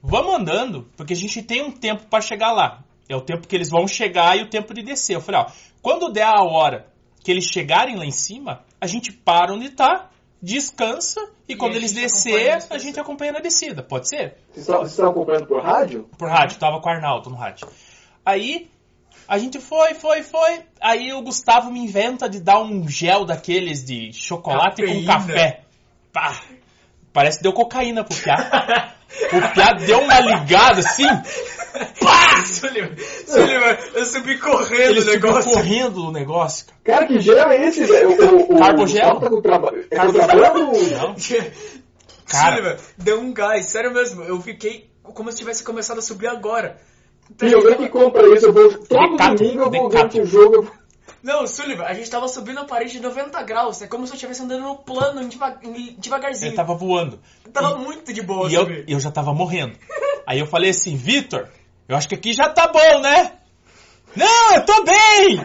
Vamos andando, porque a gente tem um tempo pra chegar lá. É o tempo que eles vão chegar e o tempo de descer. Eu falei, ó, quando der a hora que eles chegarem lá em cima, a gente para onde tá, descansa, e, E quando a eles gente acompanha descer, eles a gente acompanha na descida. Pode ser? Vocês estão vocês estão acompanhando por rádio? por Uhum. rádio, tava com o Arnaldo no rádio. Aí a gente foi, foi, foi. Aí o Gustavo me inventa de dar um gel daqueles de chocolate com Cafeína. café. Pá! Parece que deu cocaína pro Piá. o Piá deu uma ligada assim. Pá! Sullivan, Sullivan, eu subi correndo Ele o subiu negócio. correndo do negócio. cara. Cara, que gel é esse? Zé? O, o, o, Carbogel? o Gustavo tá com traba... É contrabando? Não. Cara. Sullivan, deu um gás, sério mesmo, eu fiquei como se tivesse começado a subir agora. E alguém que compra isso, eu vou todo Decathlon, domingo eu vou Decathlon. ver o jogo. eu vou- Não, Sullivan, a gente tava subindo a parede de 90 graus. É como se eu estivesse andando no plano em deva- em- devagarzinho. Ele tava voando. Tava muito de boa E eu, subir. eu já tava morrendo. Aí eu falei assim, Vitor, eu acho que aqui já tá bom, né? Não, eu tô bem!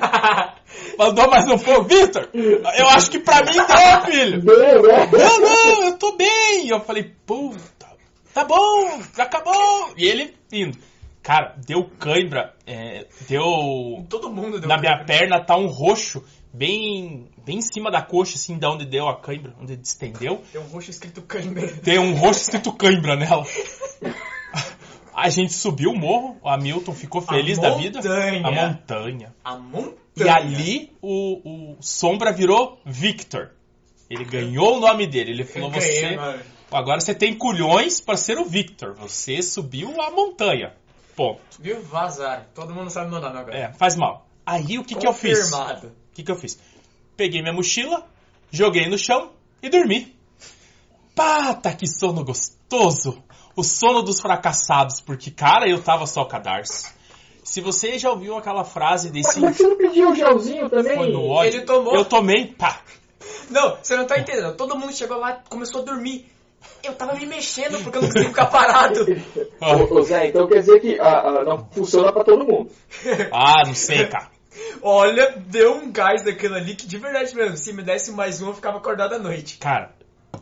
Mandou mais um pouco, Vitor! Eu acho que pra mim deu, filho! Deu, né? Não, não, eu tô bem. Eu falei, puta, tá bom, acabou. E ele indo. Cara, deu cãibra, é, deu. Todo mundo deu Na um- minha perna tá um roxo, bem bem em cima da coxa, assim, da onde deu a cãibra, onde distendeu. Tem um roxo escrito câimbra. Tem um roxo escrito cãibra nela. A gente subiu o morro, o Hamilton ficou feliz da vida. montanha. A montanha. A montanha. E ali o, o Sombra virou Victor. Ele ganhou o nome dele. Ele falou: Eu ganhei, né?" você. mano. Agora você tem culhões para ser o Victor. Você subiu a montanha. Ponto. Viu? Vazar. Todo mundo sabe meu nome agora. É, faz mal. Aí o que, que eu fiz? O Confirmado. que, que eu fiz? Peguei minha mochila, joguei no chão e dormi. Pata, que sono gostoso! O sono dos fracassados, porque, cara, eu tava só cadarço. Se você já ouviu aquela frase desse. Mas você não pediu o gelzinho também? Foi no ódio. Ele tomou. Eu tomei, pá. Não, você não tá entendendo. Todo mundo chegou lá e começou a dormir. Eu tava me mexendo porque eu não conseguia ficar parado. Ô, ô, Zé, então quer dizer que ah, ah, não funciona pra todo mundo. Ah, não sei, cara. Olha, deu um gás daquilo ali que de verdade mesmo, se me desse mais um, eu ficava acordado à noite. Cara,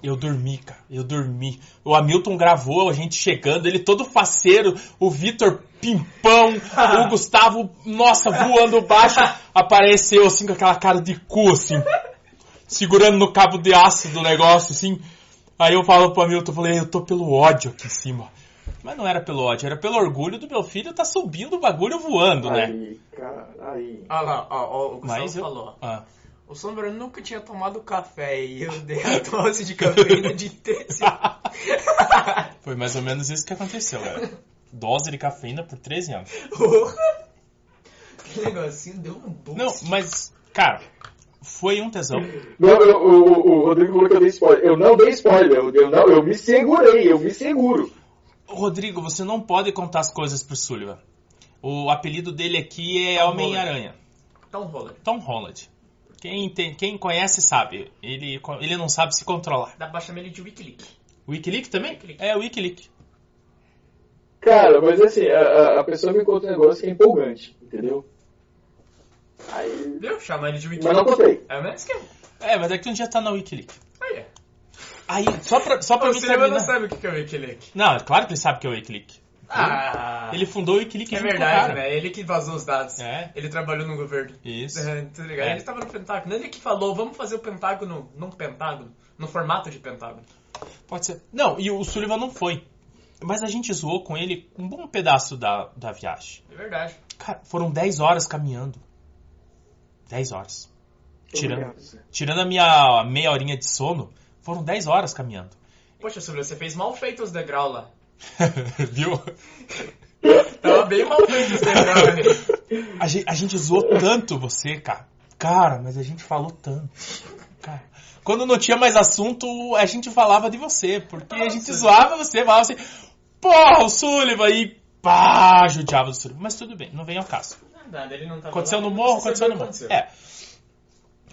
eu dormi, cara. Eu dormi. O Hamilton gravou a gente chegando, ele todo faceiro, o Vitor pimpão, o Gustavo, nossa, voando baixo, apareceu assim com aquela cara de cu, assim, segurando no cabo de aço do negócio, assim. Aí eu falo pro Hamilton, eu falei, eu tô pelo ódio aqui em cima. Mas não era pelo ódio, era pelo orgulho do meu filho tá subindo o bagulho voando, né? Aí, cara, aí. Olha Ah lá, ó, ó, o Gustavo Mas eu- falou. Ah. O Sombra nunca tinha tomado café e eu dei a dose de cafeína de intensidade. Foi mais ou menos isso que aconteceu, galera. Dose de cafeína por 13 anos. Porra! Que negocinho deu um boost. Não, mas, cara, foi um tesão. Não, eu- o, o- o Rodrigo falou que eu dei spoiler. Eu não dei spoiler, eu, eu não, eu me segurei, eu me seguro. Rodrigo, você não pode contar as coisas pro Sullivan. O apelido dele aqui é Tom Homem-Aranha. Dá um roller. Tom Holland. Quem, tem- quem conhece sabe. Ele, co- ele não sabe se controlar. Dá pra chamar ele de Wikileaks. Wikileak também? Wikileak. É, Wikileak. Cara, mas assim, a, a- a pessoa me conta um negócio que é empolgante, entendeu? Aí, Viu? Chama ele de mas não Wikileaks. contei. É o mesmo esquema. É, mas daqui um dia tá na Wikileak. Aí é. Aí, só pra, só pra O mim cinema não terminar... sabe o que que é o Wikileaks. Não, é claro que ele sabe que é o Wikileak. Ah! Ele fundou o Wikileak é junto com o verdade, cara. né? Ele que vazou os dados. É. Ele trabalhou no governo. Isso. É, tá ligado? É. Ele tava no Pentágono. Ele que falou, vamos fazer o Pentágono num Pentágono, no formato de Pentágono. Pode ser. Não, e o Sullivan não foi. Mas a gente zoou com ele um bom pedaço da, da viagem. É verdade. Cara, foram 10 horas caminhando. 10 horas. Tirando, tirando a minha meia horinha de sono, foram 10 horas caminhando. Poxa, Silvio, você fez mal feito os degraus lá. Viu? Tava bem mal feito os degraus ali. A gente, a gente zoou tanto você, cara. Cara, mas a gente falou tanto. Cara. Quando não tinha mais assunto, a gente falava de você. Porque a gente Nossa. zoava você, falava assim, porra, o Sullivan, e pá, judiava do Sullivan. Mas tudo bem, não vem ao caso. Nada, ele não tava Aconteceu lá, no não morro, precisa aconteceu no saber morro. o que É.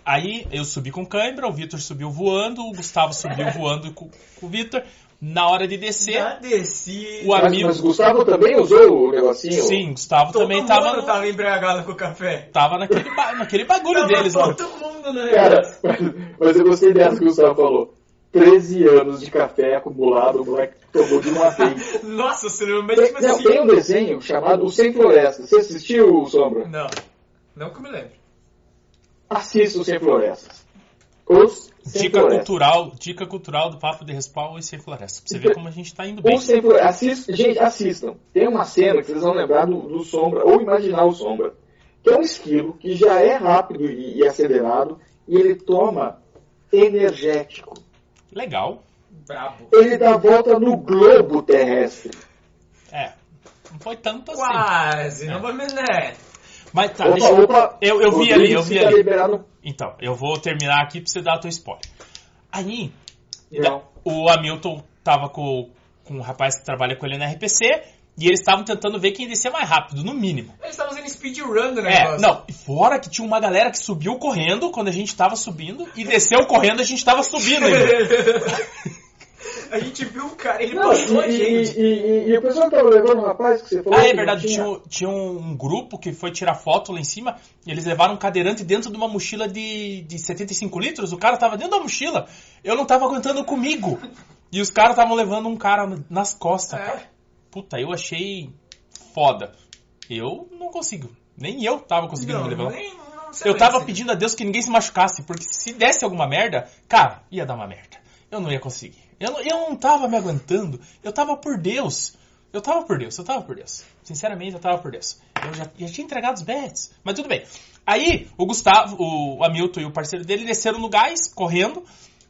Aí eu subi com cãibra, o Vitor subiu voando, o Gustavo subiu voando com, com o Vitor. Na hora de descer, Já desci. o Mas, amigo. mas Gustavo também usou o negocinho? Sim, Gustavo Todo também mundo tava, no- tá? tava embriagado com o café. tava naquele, ba- naquele bagulho Tava deles, mano. todo mundo, né? Cara, mas, mas eu gostei dessa que o Gustavo falou. 13 anos de café acumulado, o moleque tomou de uma vez. Nossa, Silvio, mas Tem, tipo não, assim... tem um desenho chamado O Sem Floresta. Você assistiu, Sombra? Não, não que eu me lembre. Assista o Sem Florestas. Os Sem Dica Florestas. cultural, dica cultural do Papo de Respawn e Sem Floresta. Pra você ver como a gente tá indo bem. Os Sem Florestas. Assista, gente, assistam. Tem uma cena que vocês vão lembrar do, do Sombra, ou imaginar o Sombra. Que é um esquilo que já é rápido e, e acelerado, e ele toma energético. Legal. Brabo. Ele dá volta no globo terrestre. É. Não foi tanto assim. Quase, não vou me... Né? Mas tá, Opa, deixa eu. opa, Eu, eu vi Rodrigo, ali, eu vi fica ali. liberado. Então, eu vou terminar aqui pra você dar a tua spoiler. Aí, Não. Então, o Hamilton tava com, com um rapaz que trabalha com ele na RPC e eles estavam tentando ver quem descia mais rápido, no mínimo. Eles estavam fazendo speedrun do negócio. É, não, e fora que tinha uma galera que subiu correndo quando a gente tava subindo e desceu correndo a gente tava subindo ainda. a gente viu o cara, ele Não, passou a e, e, gente. e, e, e o pessoal que tava levando o rapaz que você falou. Ah, que é não verdade, tinha- tinha, um- tinha um grupo que foi tirar foto lá em cima e eles levaram um cadeirante dentro de uma mochila de, de 75 litros, o cara tava dentro da mochila, eu não tava aguentando comigo. E os caras estavam levando um cara nas costas, cara. É. Puta, eu achei foda. Eu não consigo. Nem eu tava conseguindo me levantar. nem- não sei Eu nem tava se- pedindo a Deus que ninguém se machucasse, porque se desse alguma merda, cara, ia dar uma merda. Eu não ia conseguir. Eu não, eu não tava me aguentando. Eu tava por Deus. Eu tava por Deus, eu tava por Deus. Sinceramente, eu tava por Deus. Eu já, já tinha entregado os bets, mas tudo bem. Aí, o Gustavo, o Hamilton e o parceiro dele desceram no gás, correndo.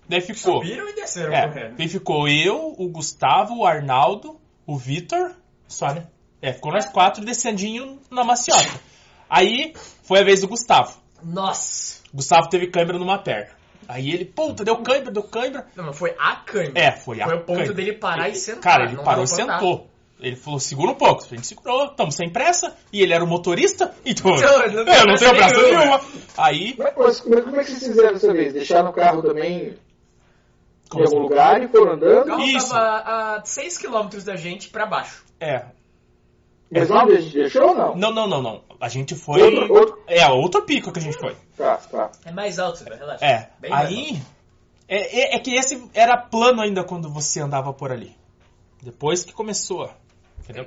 Daí ficou. Subiram e desceram É, correndo. daí ficou eu, o Gustavo, o Arnaldo, o Vitor, só, né? É, ficou nós quatro descendinho na maciota. Aí foi a vez do Gustavo. Nossa! O Gustavo teve câimbra numa perna. Aí ele, puta, deu câimbra, deu câimbra. Não, mas foi a câimbra. É, foi a Foi o ponto câimbra. dele parar e Ele- sentar. Cara, ele não parou e levantar. sentou. Ele falou, segura um pouco. A gente segurou, estamos sem pressa. E ele era o motorista, então Então, eu não, né? tenho pressa nenhuma. Aí, Mas, mas como, é- como é que vocês fizeram dessa vez? Deixaram o carro também em assim? algum lugar e foram O andando? carro Isso. tava a 6km da gente pra baixo. é. Mas lá onde a gente deixou ou não? Não, não, não, não. A gente foi... Outro- outro- É, outro pico que a gente foi. Tá, tá. É mais alto, né? relaxa. É, Bem mais alto. aí... É, é- é que esse era plano ainda quando você andava por ali. Depois que começou, entendeu?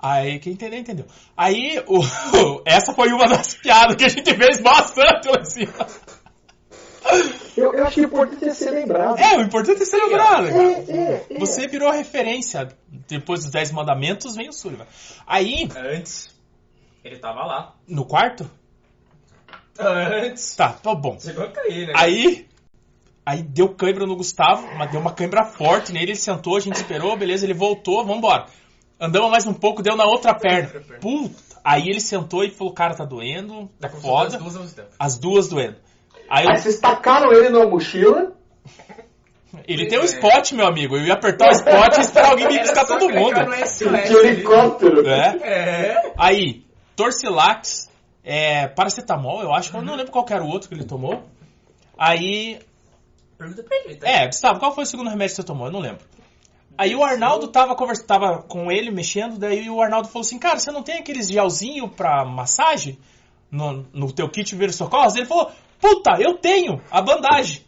Aí, quem entendeu, entendeu. Aí, o, essa foi uma das piadas que a gente fez bastante lá em cima. Eu, eu acho que o importante é ser lembrado. É, o importante é ser lembrado, cara. é, é. Você virou referência. Depois dos 10 mandamentos vem o Sullivan. Aí, Antes, ele tava lá. no quarto? Antes. Tá, tá bom. Chegou a cair, né? Aí. Aí deu câimbra no Gustavo, mas deu uma câimbra forte nele, ele sentou, a gente esperou, beleza, ele voltou, vambora. Andamos mais um pouco, deu na outra perna. Puta! Aí ele sentou e falou, cara, tá doendo, tá Como se foda. as duas ao mesmo tempo. As duas doendo. Aí eu- Aí vocês tacaram ele numa mochila. ele tem um spot, meu amigo. Eu ia apertar o spot e esperar alguém me Era buscar só todo clicar mundo. no SOS De é ali. helicóptero. É. É. Aí, Torcilax, é, paracetamol, eu acho, eu não lembro qual que era o outro que ele tomou. Aí, Pergunta pra ele, tá? é, Gustavo, qual foi o segundo remédio que você tomou? Eu não lembro. Aí o Arnaldo tava conversando, tava com ele mexendo, daí o Arnaldo falou assim, cara, você não tem aqueles gelzinho pra massagem no, no teu kit primeiro socorros? Ele falou, puta, eu tenho a bandagem.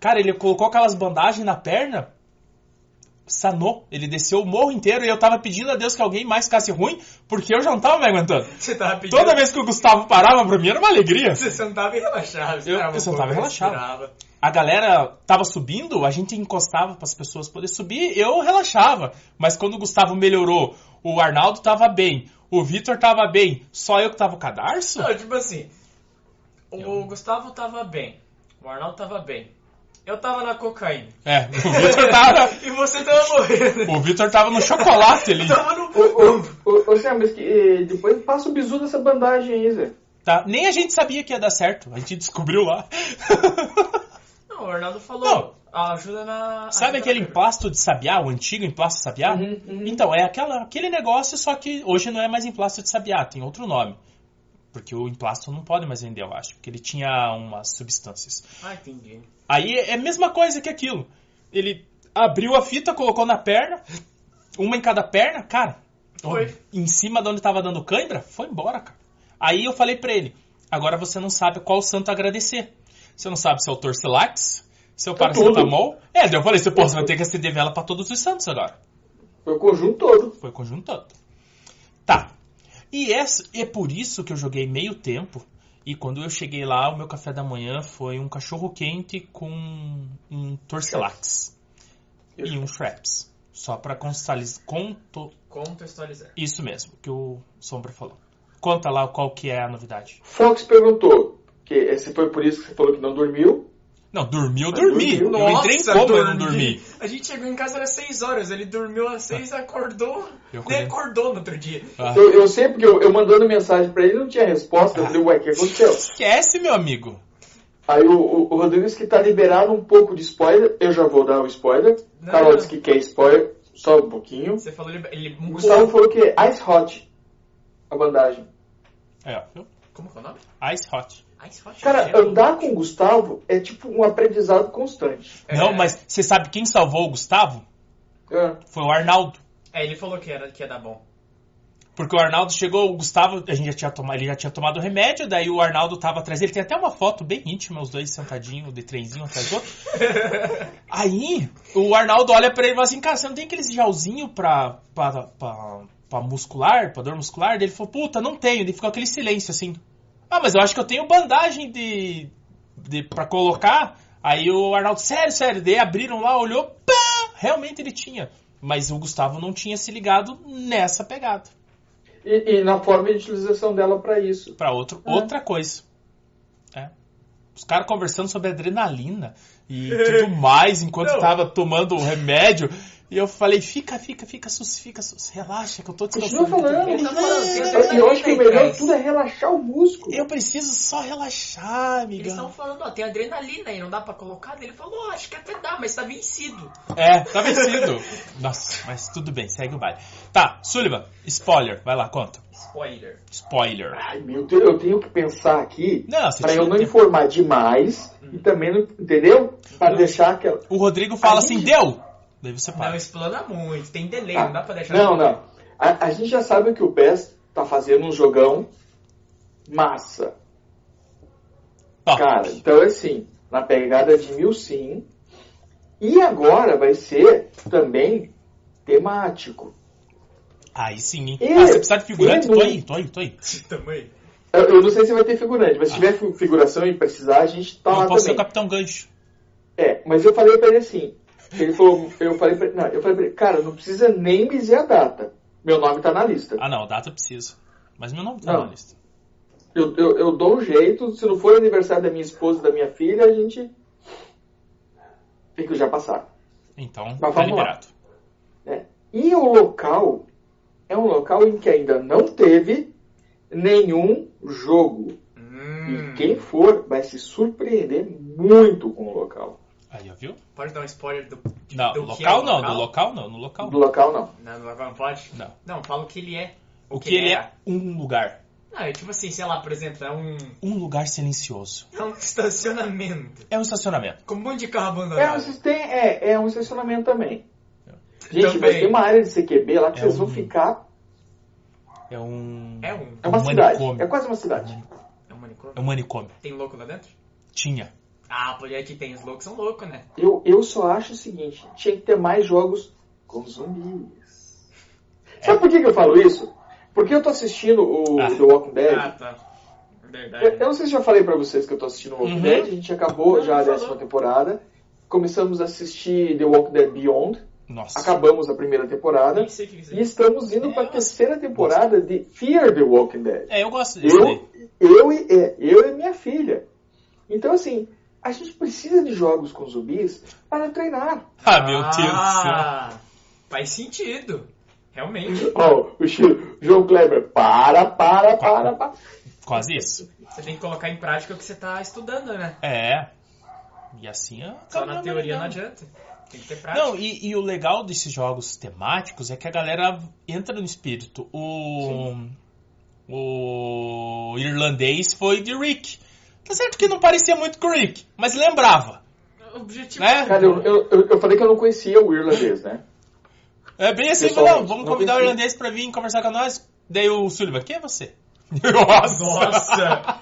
Cara, ele colocou aquelas bandagens na perna, sanou. Ele desceu o morro inteiro e eu tava pedindo a Deus que alguém mais ficasse ruim, porque eu já não tava me aguentando. Você tava pedindo. Toda vez que o Gustavo parava pra mim era uma alegria. Você sentava e relaxava. Eu- eu esperava um sentava pouco, e relaxava. respirava. A galera tava subindo, a gente encostava para as pessoas poderem subir, eu relaxava. Mas quando o Gustavo melhorou, o Arnaldo tava bem, o Vitor tava bem, só eu que tava com cadarço? Não, tipo assim. O Gustavo tava bem. O Arnaldo tava bem. Eu tava na cocaína. É, o Vitor tava, e você tava morrendo. o Vitor tava no chocolate ali. Tava no Ô, ô, ô, ô, Sam, mas que, eh, depois passa o bizu dessa bandagem aí, Zé. Tá? Nem a gente sabia que ia dar certo, a gente descobriu lá. Não, o Arnaldo falou. "Ah, Ajuda na. Ah, Sabe ajuda aquele na- emplasto de sabiá, o antigo emplasto de sabiá? é Uhum, uhum. Então, é aquela, aquele negócio, só que hoje não é mais emplasto de sabiá, tem outro nome. Porque o emplasto não pode mais vender, eu acho, porque ele tinha umas substâncias. Ah, entendi. Aí é a mesma coisa que aquilo. Ele abriu a fita, colocou na perna, uma em cada perna, cara. Foi. Em cima de onde tava dando cãibra, foi embora, cara. Aí eu falei pra ele: agora você não sabe qual santo agradecer. Você não sabe se é o Torcilax, se é o Paracetamol. É, daí eu falei: você, pô, você vai ter que acender vela pra todos os santos agora. Foi o conjunto todo. Foi conjuntando. Tá. E essa, é por isso que eu joguei meio tempo. E quando eu cheguei lá, o meu café da manhã foi um cachorro quente com um torcilax e um shreps. Só pra contextualiz- conto Contextualizar. isso mesmo que o Sombra falou. Conta lá qual que é a novidade. Fox perguntou que eh, se foi por isso que você falou que não dormiu. Não, dormiu, eu Mas dormi. dormiu. eu entrei em coma, eu não dormi. A gente chegou em casa às 6 horas, ele dormiu às 6, acordou, Tá. Eu acordei. nem acordou no outro dia. Ah, Eu, eu sei porque eu, eu mandando mensagem pra ele não tinha resposta. Eu falei, ué, o que aconteceu? esquece, é meu amigo. Aí o, o, o Rodrigo disse que tá liberado um pouco de spoiler. Eu já vou dar um spoiler. Não. Carol disse que quer spoiler, só um pouquinho. Você falou, ele, ele O Gustavo mudou. falou que é Ice Hot a bandagem. É, ó, viu? Como que é o nome? Ice Hot. Ice Hot Cara, Gel. andar com o Gustavo é tipo um aprendizado constante. É. Não, mas você sabe quem salvou o Gustavo? É. Foi o Arnaldo. É, ele falou que, era, que ia dar bom. Porque o Arnaldo chegou, o Gustavo, a gente já tinha tomado, ele já tinha tomado o remédio, daí o Arnaldo tava atrás dele. Tem até uma foto bem íntima, os dois sentadinhos, de trenzinho atrás do outro. Aí, o Arnaldo olha pra ele e fala assim, cara, você não tem aqueles gelzinho pra, pra, pra, pra muscular, pra dor muscular? Daí ele falou, puta, não tenho. Daí ficou aquele silêncio, assim. Ah, mas eu acho que eu tenho bandagem de, de pra colocar. Aí o Arnaldo, sério, sério. Daí abriram lá, olhou, pá, realmente ele tinha. Mas o Gustavo não tinha se ligado nessa pegada. E, e na forma de utilização dela para isso. Pra outro, É. outra coisa. É. Os caras conversando sobre adrenalina e tudo mais enquanto Não. tava tomando o remédio. E eu falei, fica, fica, fica, sus, fica, sus, relaxa que eu tô Continua descansando. falando. né? Ele tá falando, Eu- tem Eu acho que o melhor de 73. tudo é relaxar o músculo. Eu preciso só relaxar, Eles amigão. estão falando, ó, tem adrenalina aí, não dá pra colocar? Daí Ele falou, ó, acho que até dá, mas tá vencido. É, tá vencido. Nossa, mas tudo bem, segue o baile. Tá, Sullivan, spoiler, vai lá, conta. Spoiler. Spoiler. Ai, meu Deus, eu tenho que pensar aqui Não, você pra tinha eu não tempo. informar demais e também não. Entendeu? Pra deixar aquela. O Rodrigo fala A assim, gente- deu! Daí você Não para. explana muito, tem delay, Ah, não dá pra deixar. Não, não. A, a gente já sabe que o PES tá fazendo um jogão massa. Top. Cara, então assim, na pegada de mil sim. E agora vai ser também temático. Aí sim, hein? Ih, Ah, você precisa de figurante? sim, Tô não. aí, tô aí, tô aí. Também. Eu, eu não sei se vai ter figurante, mas se tiver fi- figuração e precisar, a gente tá Ah. eu lá posso ser o também. Capitão Gancho. É, mas eu falei pra ele assim. Ele falou, eu falei pra ele, não, eu falei pra ele, cara, não precisa nem me dizer a data. Meu nome tá na lista. Ah, não, data eu preciso. Mas meu nome tá Não. na lista. Eu, eu, eu dou um jeito, se não for aniversário da minha esposa e da minha filha, a gente. Fica já passar. Então, Mas tá vamos lá. liberado. E o local é um local em que ainda não teve nenhum jogo. Hum. E quem for vai se surpreender muito com o local. Aí, ó, viu? Pode dar um spoiler do. Não, Do no que local é o não, local? no local não, no local Do local não. Não, não, não pode? não. Não, fala o que ele é. O que ele é? Um lugar. Não, é tipo assim, sei lá, por exemplo, é um. Um lugar silencioso. É um estacionamento. É um estacionamento. Com um monte de carro É um, abandonado. sistema- é, é um estacionamento também. Gente, vai Também. ter uma área de CQB lá que É vocês um- vão ficar. É um. É um. É uma um cidade. manicômio. É quase uma cidade. É um É manicômio. um manicômio. Tem louco lá dentro? Tinha. Ah, por aí que tem. Os loucos são loucos, né? Eu, eu só acho o seguinte: tinha que ter mais jogos com zumbis. Sabe por que, que eu falo isso? Porque eu tô assistindo o Ah. The Walking Dead. Ah, tá. Verdade. Eu, eu não sei se já falei pra vocês que eu tô assistindo o Walking Uhum. Dead. A gente acabou já a décima temporada. Começamos a assistir The Walking Dead Beyond. Nossa. Acabamos a primeira temporada. Nem sei o que eles E estamos indo pra Nossa. terceira temporada de Fear the Walking Dead. É, eu gosto desse daí. Eu, eu, e, é, eu e minha filha. Então, assim, a gente precisa de jogos com zumbis para treinar. Ah, meu Deus do céu. Ah, Faz sentido. Realmente. Ó, o Chi- João Kleber, para, para, para, para. Quase isso. Você tem que colocar em prática o que você tá estudando, né? É. E assim é. Só na teoria não não adianta. Tem que ter prática. Não, e, e o legal desses jogos temáticos é que a galera entra no espírito. O. O irlandês foi de Rick. Tá certo que não parecia muito com o Rick, mas lembrava. O objetivo é Né? Cara, eu, eu, eu- eu falei que eu não conhecia o irlandês, né? É bem assim, Pessoal, falou, vamos não convidar o conhecia. irlandês pra vir conversar com nós. Daí o Sullivan, quem é você? Nossa! Nossa!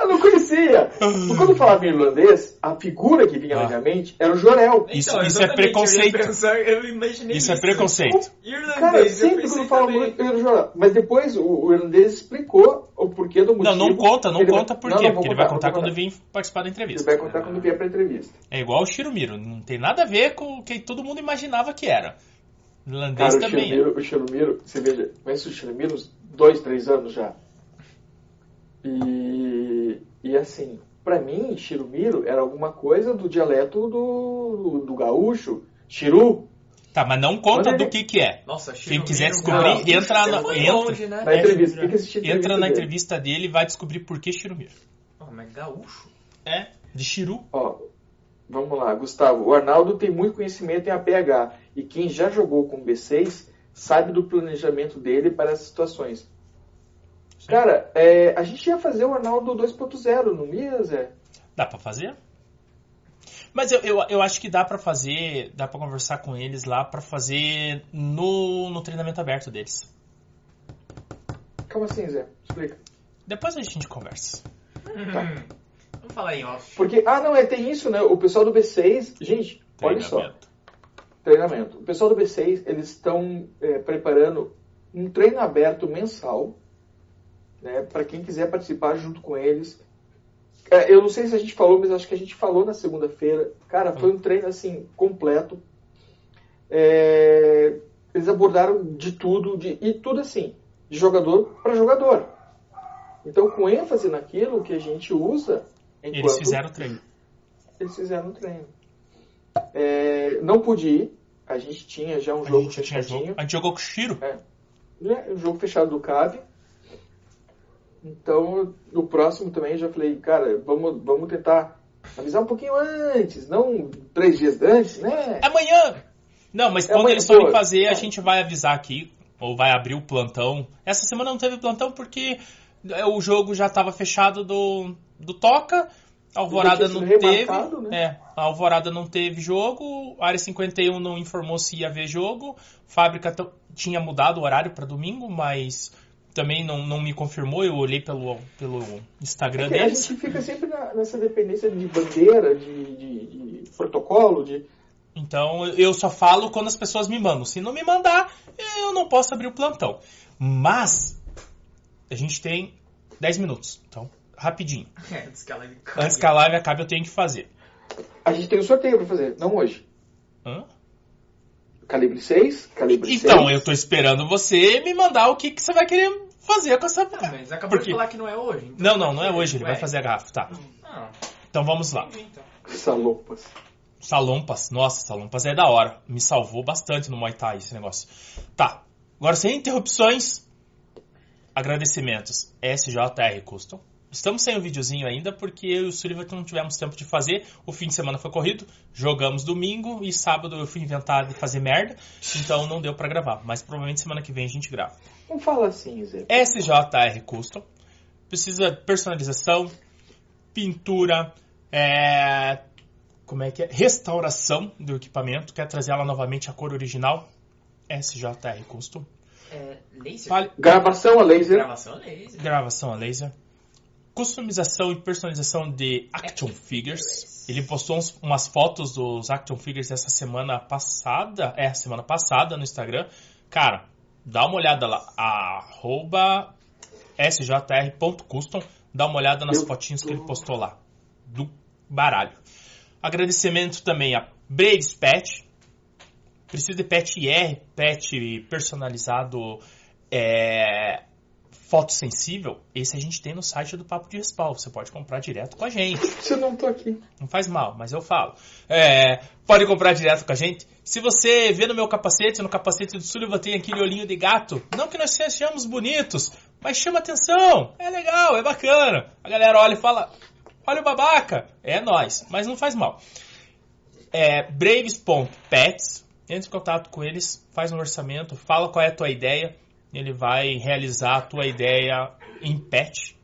Eu não conhecia. Porque Quando eu falava em irlandês, a figura que vinha Ah. na minha mente era o Jorel. Isso- Então, isso é exatamente, preconceito. Eu, ia pensar, eu imaginei Isso é preconceito. Irlandês, Cara, eu sempre pensei quando eu falava também. muito, era o Jorel. Mas depois o, o irlandês explicou o porquê do Não, motivo. não conta, não Ele vai- conta por Não, quê, não, vou porque ele vai vou contar quando vir participar da Ele entrevista. vai contar quando vier pra entrevista. É igual o Shirumiro, não tem nada a ver com o que todo mundo imaginava que era. Irlandês Cara, o também. é. Chilomiro, o Chilomiro, você veja, conhece o Chilomiro uns dois, três anos já. E, e assim, pra mim, Chilomiro era alguma coisa do dialeto do, do gaúcho, Chiru. Tá, mas não conta Quando do ele- que que é. Nossa, Quem Shiro quiser Miro, descobrir, cara, entra você na- foi entra. longe, né? Na entrevista, fica assistindo a É, Entra na dele. entrevista dele e vai descobrir por que Shirumiro. Oh, mas gaúcho? É, de Shiru. Ó, vamos lá, Gustavo. O Arnaldo tem muito conhecimento em APH. E quem já jogou com B6 sabe do planejamento dele para as situações. Cara, é, a gente ia fazer o Arnaldo 2.0, não ia, Zé? Dá pra fazer? Mas eu, eu, eu acho que dá pra fazer, dá pra conversar com eles lá pra fazer no, no treinamento aberto deles. Como assim, Zé? Explica. Depois a gente conversa. Tá. Hum, Vamos falar em off. Porque, ah, não, é, tem isso, né? O pessoal do B6, gente, olha só, Treinamento. treinamento. O pessoal do B6, eles estão é, preparando um treino aberto mensal, né, para quem quiser participar junto com eles. É, eu não sei se a gente falou, mas acho que a gente falou na segunda-feira. Cara, foi um treino, assim, completo. É, eles abordaram de tudo, de, e tudo assim, de jogador para jogador. Então, com ênfase naquilo que a gente usa. Eles fizeram o treino. Eles fizeram o treino. É, não pude ir, a gente tinha já um A jogo gente tinha jogo. fechadinho. A gente jogou com o Shiro. né, o jogo fechado do CAB. Então, no próximo também eu já falei, cara, vamos, vamos tentar avisar um pouquinho antes, não três dias antes, né? Amanhã! Não, mas É quando amanhã, eles forem pô. fazer, a É. gente vai avisar aqui. Ou vai abrir o plantão. Essa semana não teve plantão porque é, o jogo já estava fechado do, do Toca. A Alvorada tinha não sido teve. remarcado, né? É, a Alvorada não teve jogo. A Área 51 não informou se ia haver jogo. Fábrica t- tinha mudado o horário para domingo, mas também não, não me confirmou. Eu olhei pelo, pelo Instagram É que a deles. gente fica sempre na- nessa dependência de bandeira, de, de- de protocolo, de. Então eu só falo quando as pessoas me mandam. Se não me mandar, eu não posso abrir o plantão. Mas a gente tem 10 minutos. Então, rapidinho. Antes que ela Antes que a live acabe, eu tenho que fazer. A gente tem um sorteio pra fazer, não hoje. Hã? Calibre 6, calibre Então, 6. eu tô esperando você me mandar o que, que você vai querer fazer com essa. Ah, mas acabou Por quê? de falar que não é hoje. Então... Não, não, não é hoje, ele Ué. vai fazer a garrafa, tá. Ah, Então vamos lá. entendi, então. Salopas. Salompas, nossa, Salompas é da hora. Me salvou bastante no Muay Thai esse negócio. Tá, agora sem interrupções, agradecimentos. SJR Custom. Estamos sem o videozinho ainda porque eu e o Sullivan não tivemos tempo de fazer. O fim de semana foi corrido, jogamos domingo e sábado eu fui inventar de fazer merda, então não deu pra gravar. Mas provavelmente semana que vem a gente grava. Não fala assim, Zé. SJR Custom. Precisa de personalização, pintura, é, como é que é? Restauração do equipamento. Quer trazer ela novamente à cor original? SJR Custom. É laser? Fale- Gravação a laser. Gravação laser. gravação a laser. Customização e personalização de action figures. Ele postou uns- umas fotos dos action figures essa semana passada. É, semana passada no Instagram. Cara, dá uma olhada lá. Arroba sjr.custom. Dá uma olhada nas Eu fotinhas que tô- ele postou lá. Do baralho. Agradecimento também a Braids Pet. Precisa de pet IR, pet personalizado, é, fotossensível. Esse a gente tem no site do Papo de Respaldo. Você pode comprar direto com a gente. Se eu não tô aqui. Não faz mal, mas eu falo. É, pode comprar direto com a gente. Se você vê no meu capacete, no capacete do Sullivan tem aquele olhinho de gato. Não que nós se achamos bonitos, mas chama atenção. É legal, é bacana. A galera olha e fala, olha o babaca. É nós, mas não faz mal. É, Braves.pets. Entre em contato com eles, faz um orçamento, fala qual é a tua ideia. Ele vai realizar a tua ideia em pet. Diz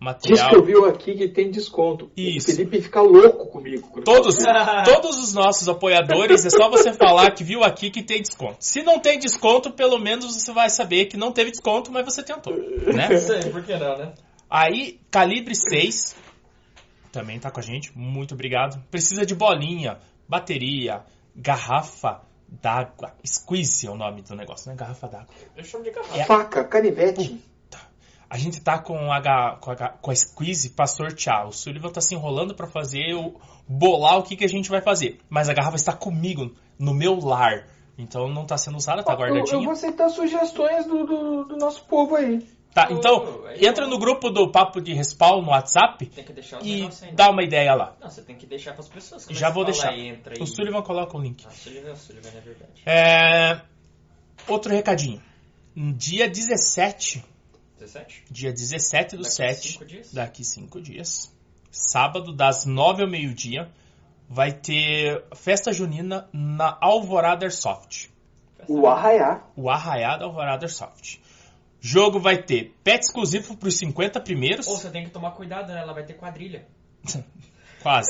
Material. que eu vi aqui que tem desconto. Isso. O Felipe fica louco comigo. quando eu Todos, todos os nossos apoiadores, é só você falar que viu aqui que tem desconto. Se não tem desconto, pelo menos você vai saber que não teve desconto, mas você tentou, né? Isso aí, por que não, né? Aí, Calibre 6 também tá com a gente, muito obrigado. Precisa de bolinha, bateria, garrafa d'água, squeeze é o nome do negócio, né? Garrafa d'água. Eu chamo de cavalo. É. Faca, canivete. A gente tá com a, ga- com a, ga- com a squeeze pra sortear. O Sullivan tá se enrolando pra fazer o bolar o que, que a gente vai fazer. Mas a garrafa está comigo, no meu lar. Então não tá sendo usada, tá Ó, eu, eu vou guardadinha. aceitar sugestões do, do- do nosso povo aí. Tá, então Oh, aí entra eu- no grupo do Papo de Respawn no WhatsApp Tem que deixar os e negócios aí. né? dá uma ideia lá. Não, você tem que deixar pras pessoas. Como é Já que vou você fala deixar. Entra O e... Sullivan coloca o link. Ah, Sullivan, Sullivan, é verdade. É, Outro recadinho. Dia 17, 17? dia 17 do Daqui a 7, cinco dias? daqui cinco dias. Sábado, das nove ao meio-dia, vai ter festa junina na Alvorada Airsoft. O Arraiá. O Arraiá da Alvorada Airsoft. Jogo vai ter pet exclusivo para os 50 primeiros. Ou você tem que tomar cuidado, né? Ela vai ter quadrilha. Quase.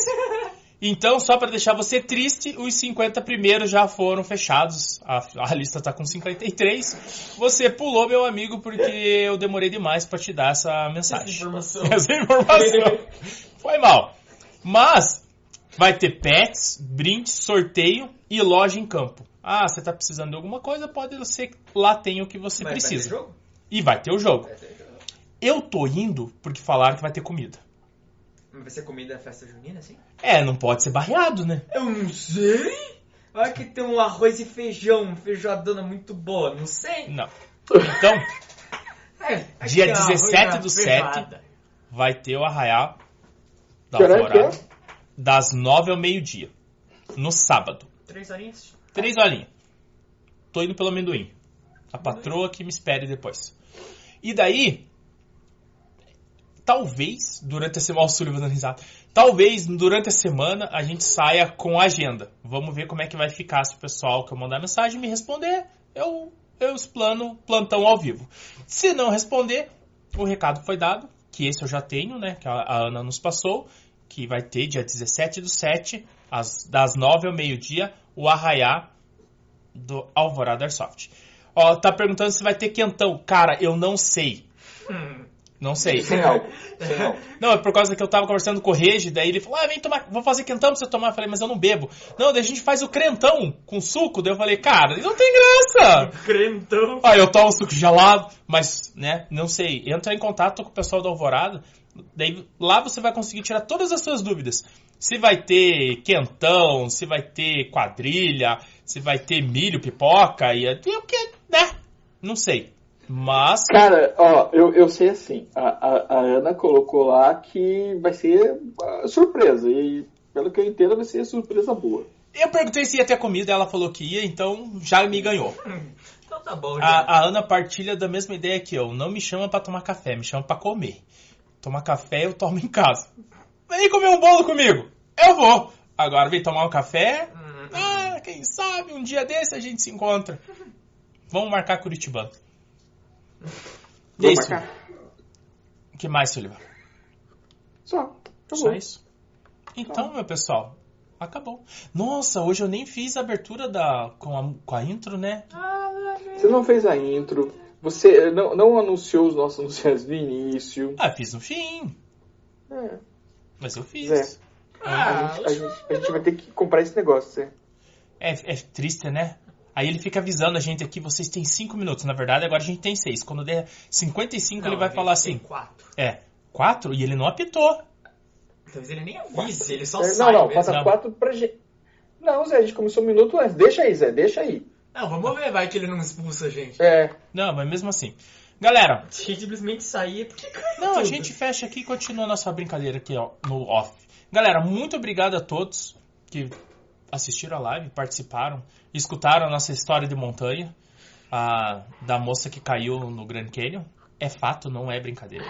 Então, só para deixar você triste, os 50 primeiros já foram fechados. A, a lista tá com 53. Você pulou, meu amigo, porque eu demorei demais para te dar essa mensagem. informação. Essa é informação. Foi mal. Mas vai ter pets, brinde, sorteio e loja em campo. Ah, você tá precisando de alguma coisa? Pode ser que lá tenha o que você Mas precisa. Vai ter jogo? e vai ter o jogo. Vai ter jogo. Eu tô indo porque falaram que vai ter comida. Mas Vai ser comida festa junina, assim? É, não pode ser barreado, né? Eu não sei. Olha que tem um arroz e feijão, uma feijoadona muito boa, não sei. Não. Então, É, aqui Dia é arroz 17 na do feijoada. vai ter o arraial da Que é? horário Alvorada que das nove ao meio-dia. No sábado. Três horinhas? Três horinhas. Tô indo pelo amendoim. A patroa que me espere depois. E daí, talvez, durante a semana, Ó, o Sullivan dando risada. Talvez, durante a semana, a gente saia com a agenda. Vamos ver como é que vai ficar se o pessoal que eu mandar mensagem me responder. Eu, eu explano plantão ao vivo. Se não responder, o recado foi dado, que esse eu já tenho, né? Que a, a Ana nos passou, que vai ter dia 17 do 7, às, das 9 ao meio-dia, o Arraiá do Alvorada Airsoft. Ó, tá perguntando se vai ter quentão. Cara, eu não sei. Hum. Não sei. Sem álcool. Sem álcool. Não, é por causa que eu tava conversando com o Regi, daí ele falou, ah, vem tomar, vou fazer quentão pra você tomar. Eu falei, mas eu não bebo. Não, daí a gente faz o crentão com suco. Daí eu falei, cara, não tem graça. Crentão. Ah, eu tomo suco gelado, mas, né, não sei. Entra em contato com o pessoal do Alvorada, daí lá você vai conseguir tirar todas as suas dúvidas. Se vai ter quentão, se vai ter quadrilha, se vai ter milho, pipoca, e e o que, né, não sei. Mas, Cara, ó, eu, eu sei assim. A, a- a Ana colocou lá que vai ser ah, surpresa. E pelo que eu entendo, vai ser surpresa boa. eu perguntei se ia ter comida, ela falou que ia, então já me ganhou. Então tá bom, já. A, a Ana partilha da mesma ideia que eu. Não me chama pra tomar café, me chama pra comer. Tomar café eu tomo em casa. Vem comer um bolo comigo. Eu vou. Agora vem tomar um café. Hum. Ah, quem sabe um dia desse a gente se encontra. Vamos marcar Curitibano. E é Vamos isso. O que mais, Silvio? Só. Tá Só bom. isso? Então, meu pessoal, acabou. Nossa, hoje eu nem fiz a abertura da, com, a, com a intro, né? Você não fez a intro. Você não, não anunciou os nossos anunciantes no início. Ah, fiz no fim. É. Mas eu fiz. Zé. Uhum. Ah, a, gente, a gente- a gente vai ter que comprar esse negócio, Zé. É, é triste, né? Aí ele fica avisando a gente aqui, vocês têm 5 minutos. Na verdade, agora a gente tem 6. Quando der 55, ele Não, vai gente, falar tem assim, Quatro. 4? E ele não apitou. Talvez ele nem avise, ele só É, sai. não, não, mesmo. passa Não. quatro pra gente. Não, Zé, a gente começou um minuto antes. Deixa aí, Zé, deixa aí. Não, vamos ver, vai que ele não expulsa a gente. É, Não, mas mesmo assim. Galera, A gente simplesmente sair porque. não, a Tudo. gente fecha aqui e continua nossa brincadeira aqui ó, no off. Galera, muito obrigado a todos que assistiram a live, participaram, escutaram a nossa história de montanha, a, da moça que caiu no Grand Canyon. É fato, não é brincadeira.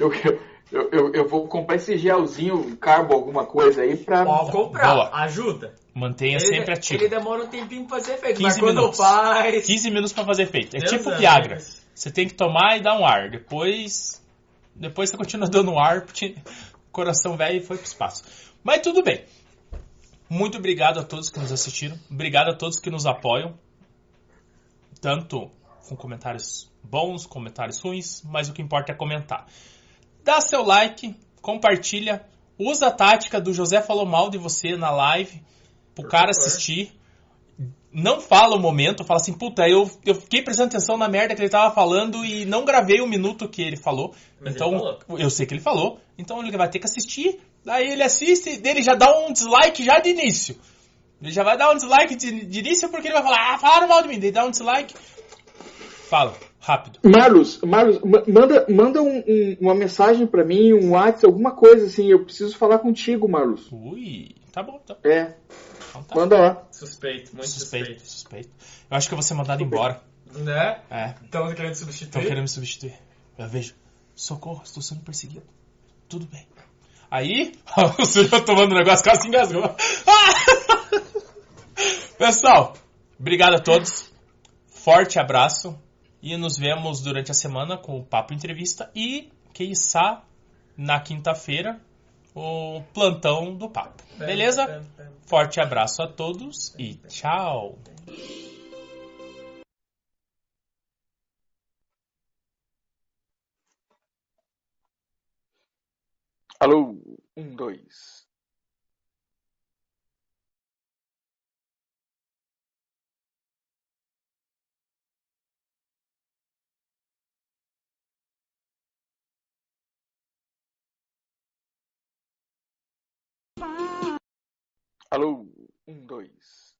eu, eu- eu, eu, eu vou comprar esse gelzinho, carbo, alguma coisa aí pra. Ó, comprar, Boa. ajuda. Mantenha ele, sempre ativo. Ele demora um tempinho pra fazer efeito, 15 mas quando minutos. faz. 15 minutos pra fazer efeito. É Deus tipo amor. Viagra. Você tem que tomar e dar um ar. Depois. Depois você continua dando um ar, porque o coração velho foi pro espaço. Mas tudo bem. Muito obrigado a todos que nos assistiram. Obrigado a todos que nos apoiam. Tanto com comentários bons, comentários ruins, mas o que importa é comentar. Dá seu like, compartilha, usa a tática do José falou mal de você na live pro Por cara favor. assistir. Não fala o momento, fala assim, puta, eu, eu fiquei prestando atenção na merda que ele tava falando e não gravei o minuto que ele falou. Mas ele então, falou. eu sei que ele falou, então ele vai ter que assistir. Daí ele assiste e dele já dá um dislike já de início. Ele já vai dar um dislike de, de início porque ele vai falar, ah, falaram mal de mim. Daí dá um dislike. Fala, rápido. Marlos, Marlos, ma- manda, manda um- um- uma mensagem pra mim, um WhatsApp, alguma coisa assim. Eu preciso falar contigo, Marlos. Ui, tá bom, então, É, então tá. manda lá. Suspeito, muito Suspeito, suspeito. suspeito. Eu acho que eu vou ser mandado embora. Né? É. Estamos querendo Estão substituir. querendo me substituir. Eu vejo. Socorro, estou sendo perseguido. Tudo bem. Aí, o senhor tá tomando o negócio quase se engasgou. Pessoal, obrigado a todos. Forte abraço. E nos vemos durante a semana com o Papo Entrevista e, quiçá, na quinta-feira, o plantão do Papo. É, Beleza? Forte abraço a todos e tchau! Alô, um, dois. Alô, um, dois.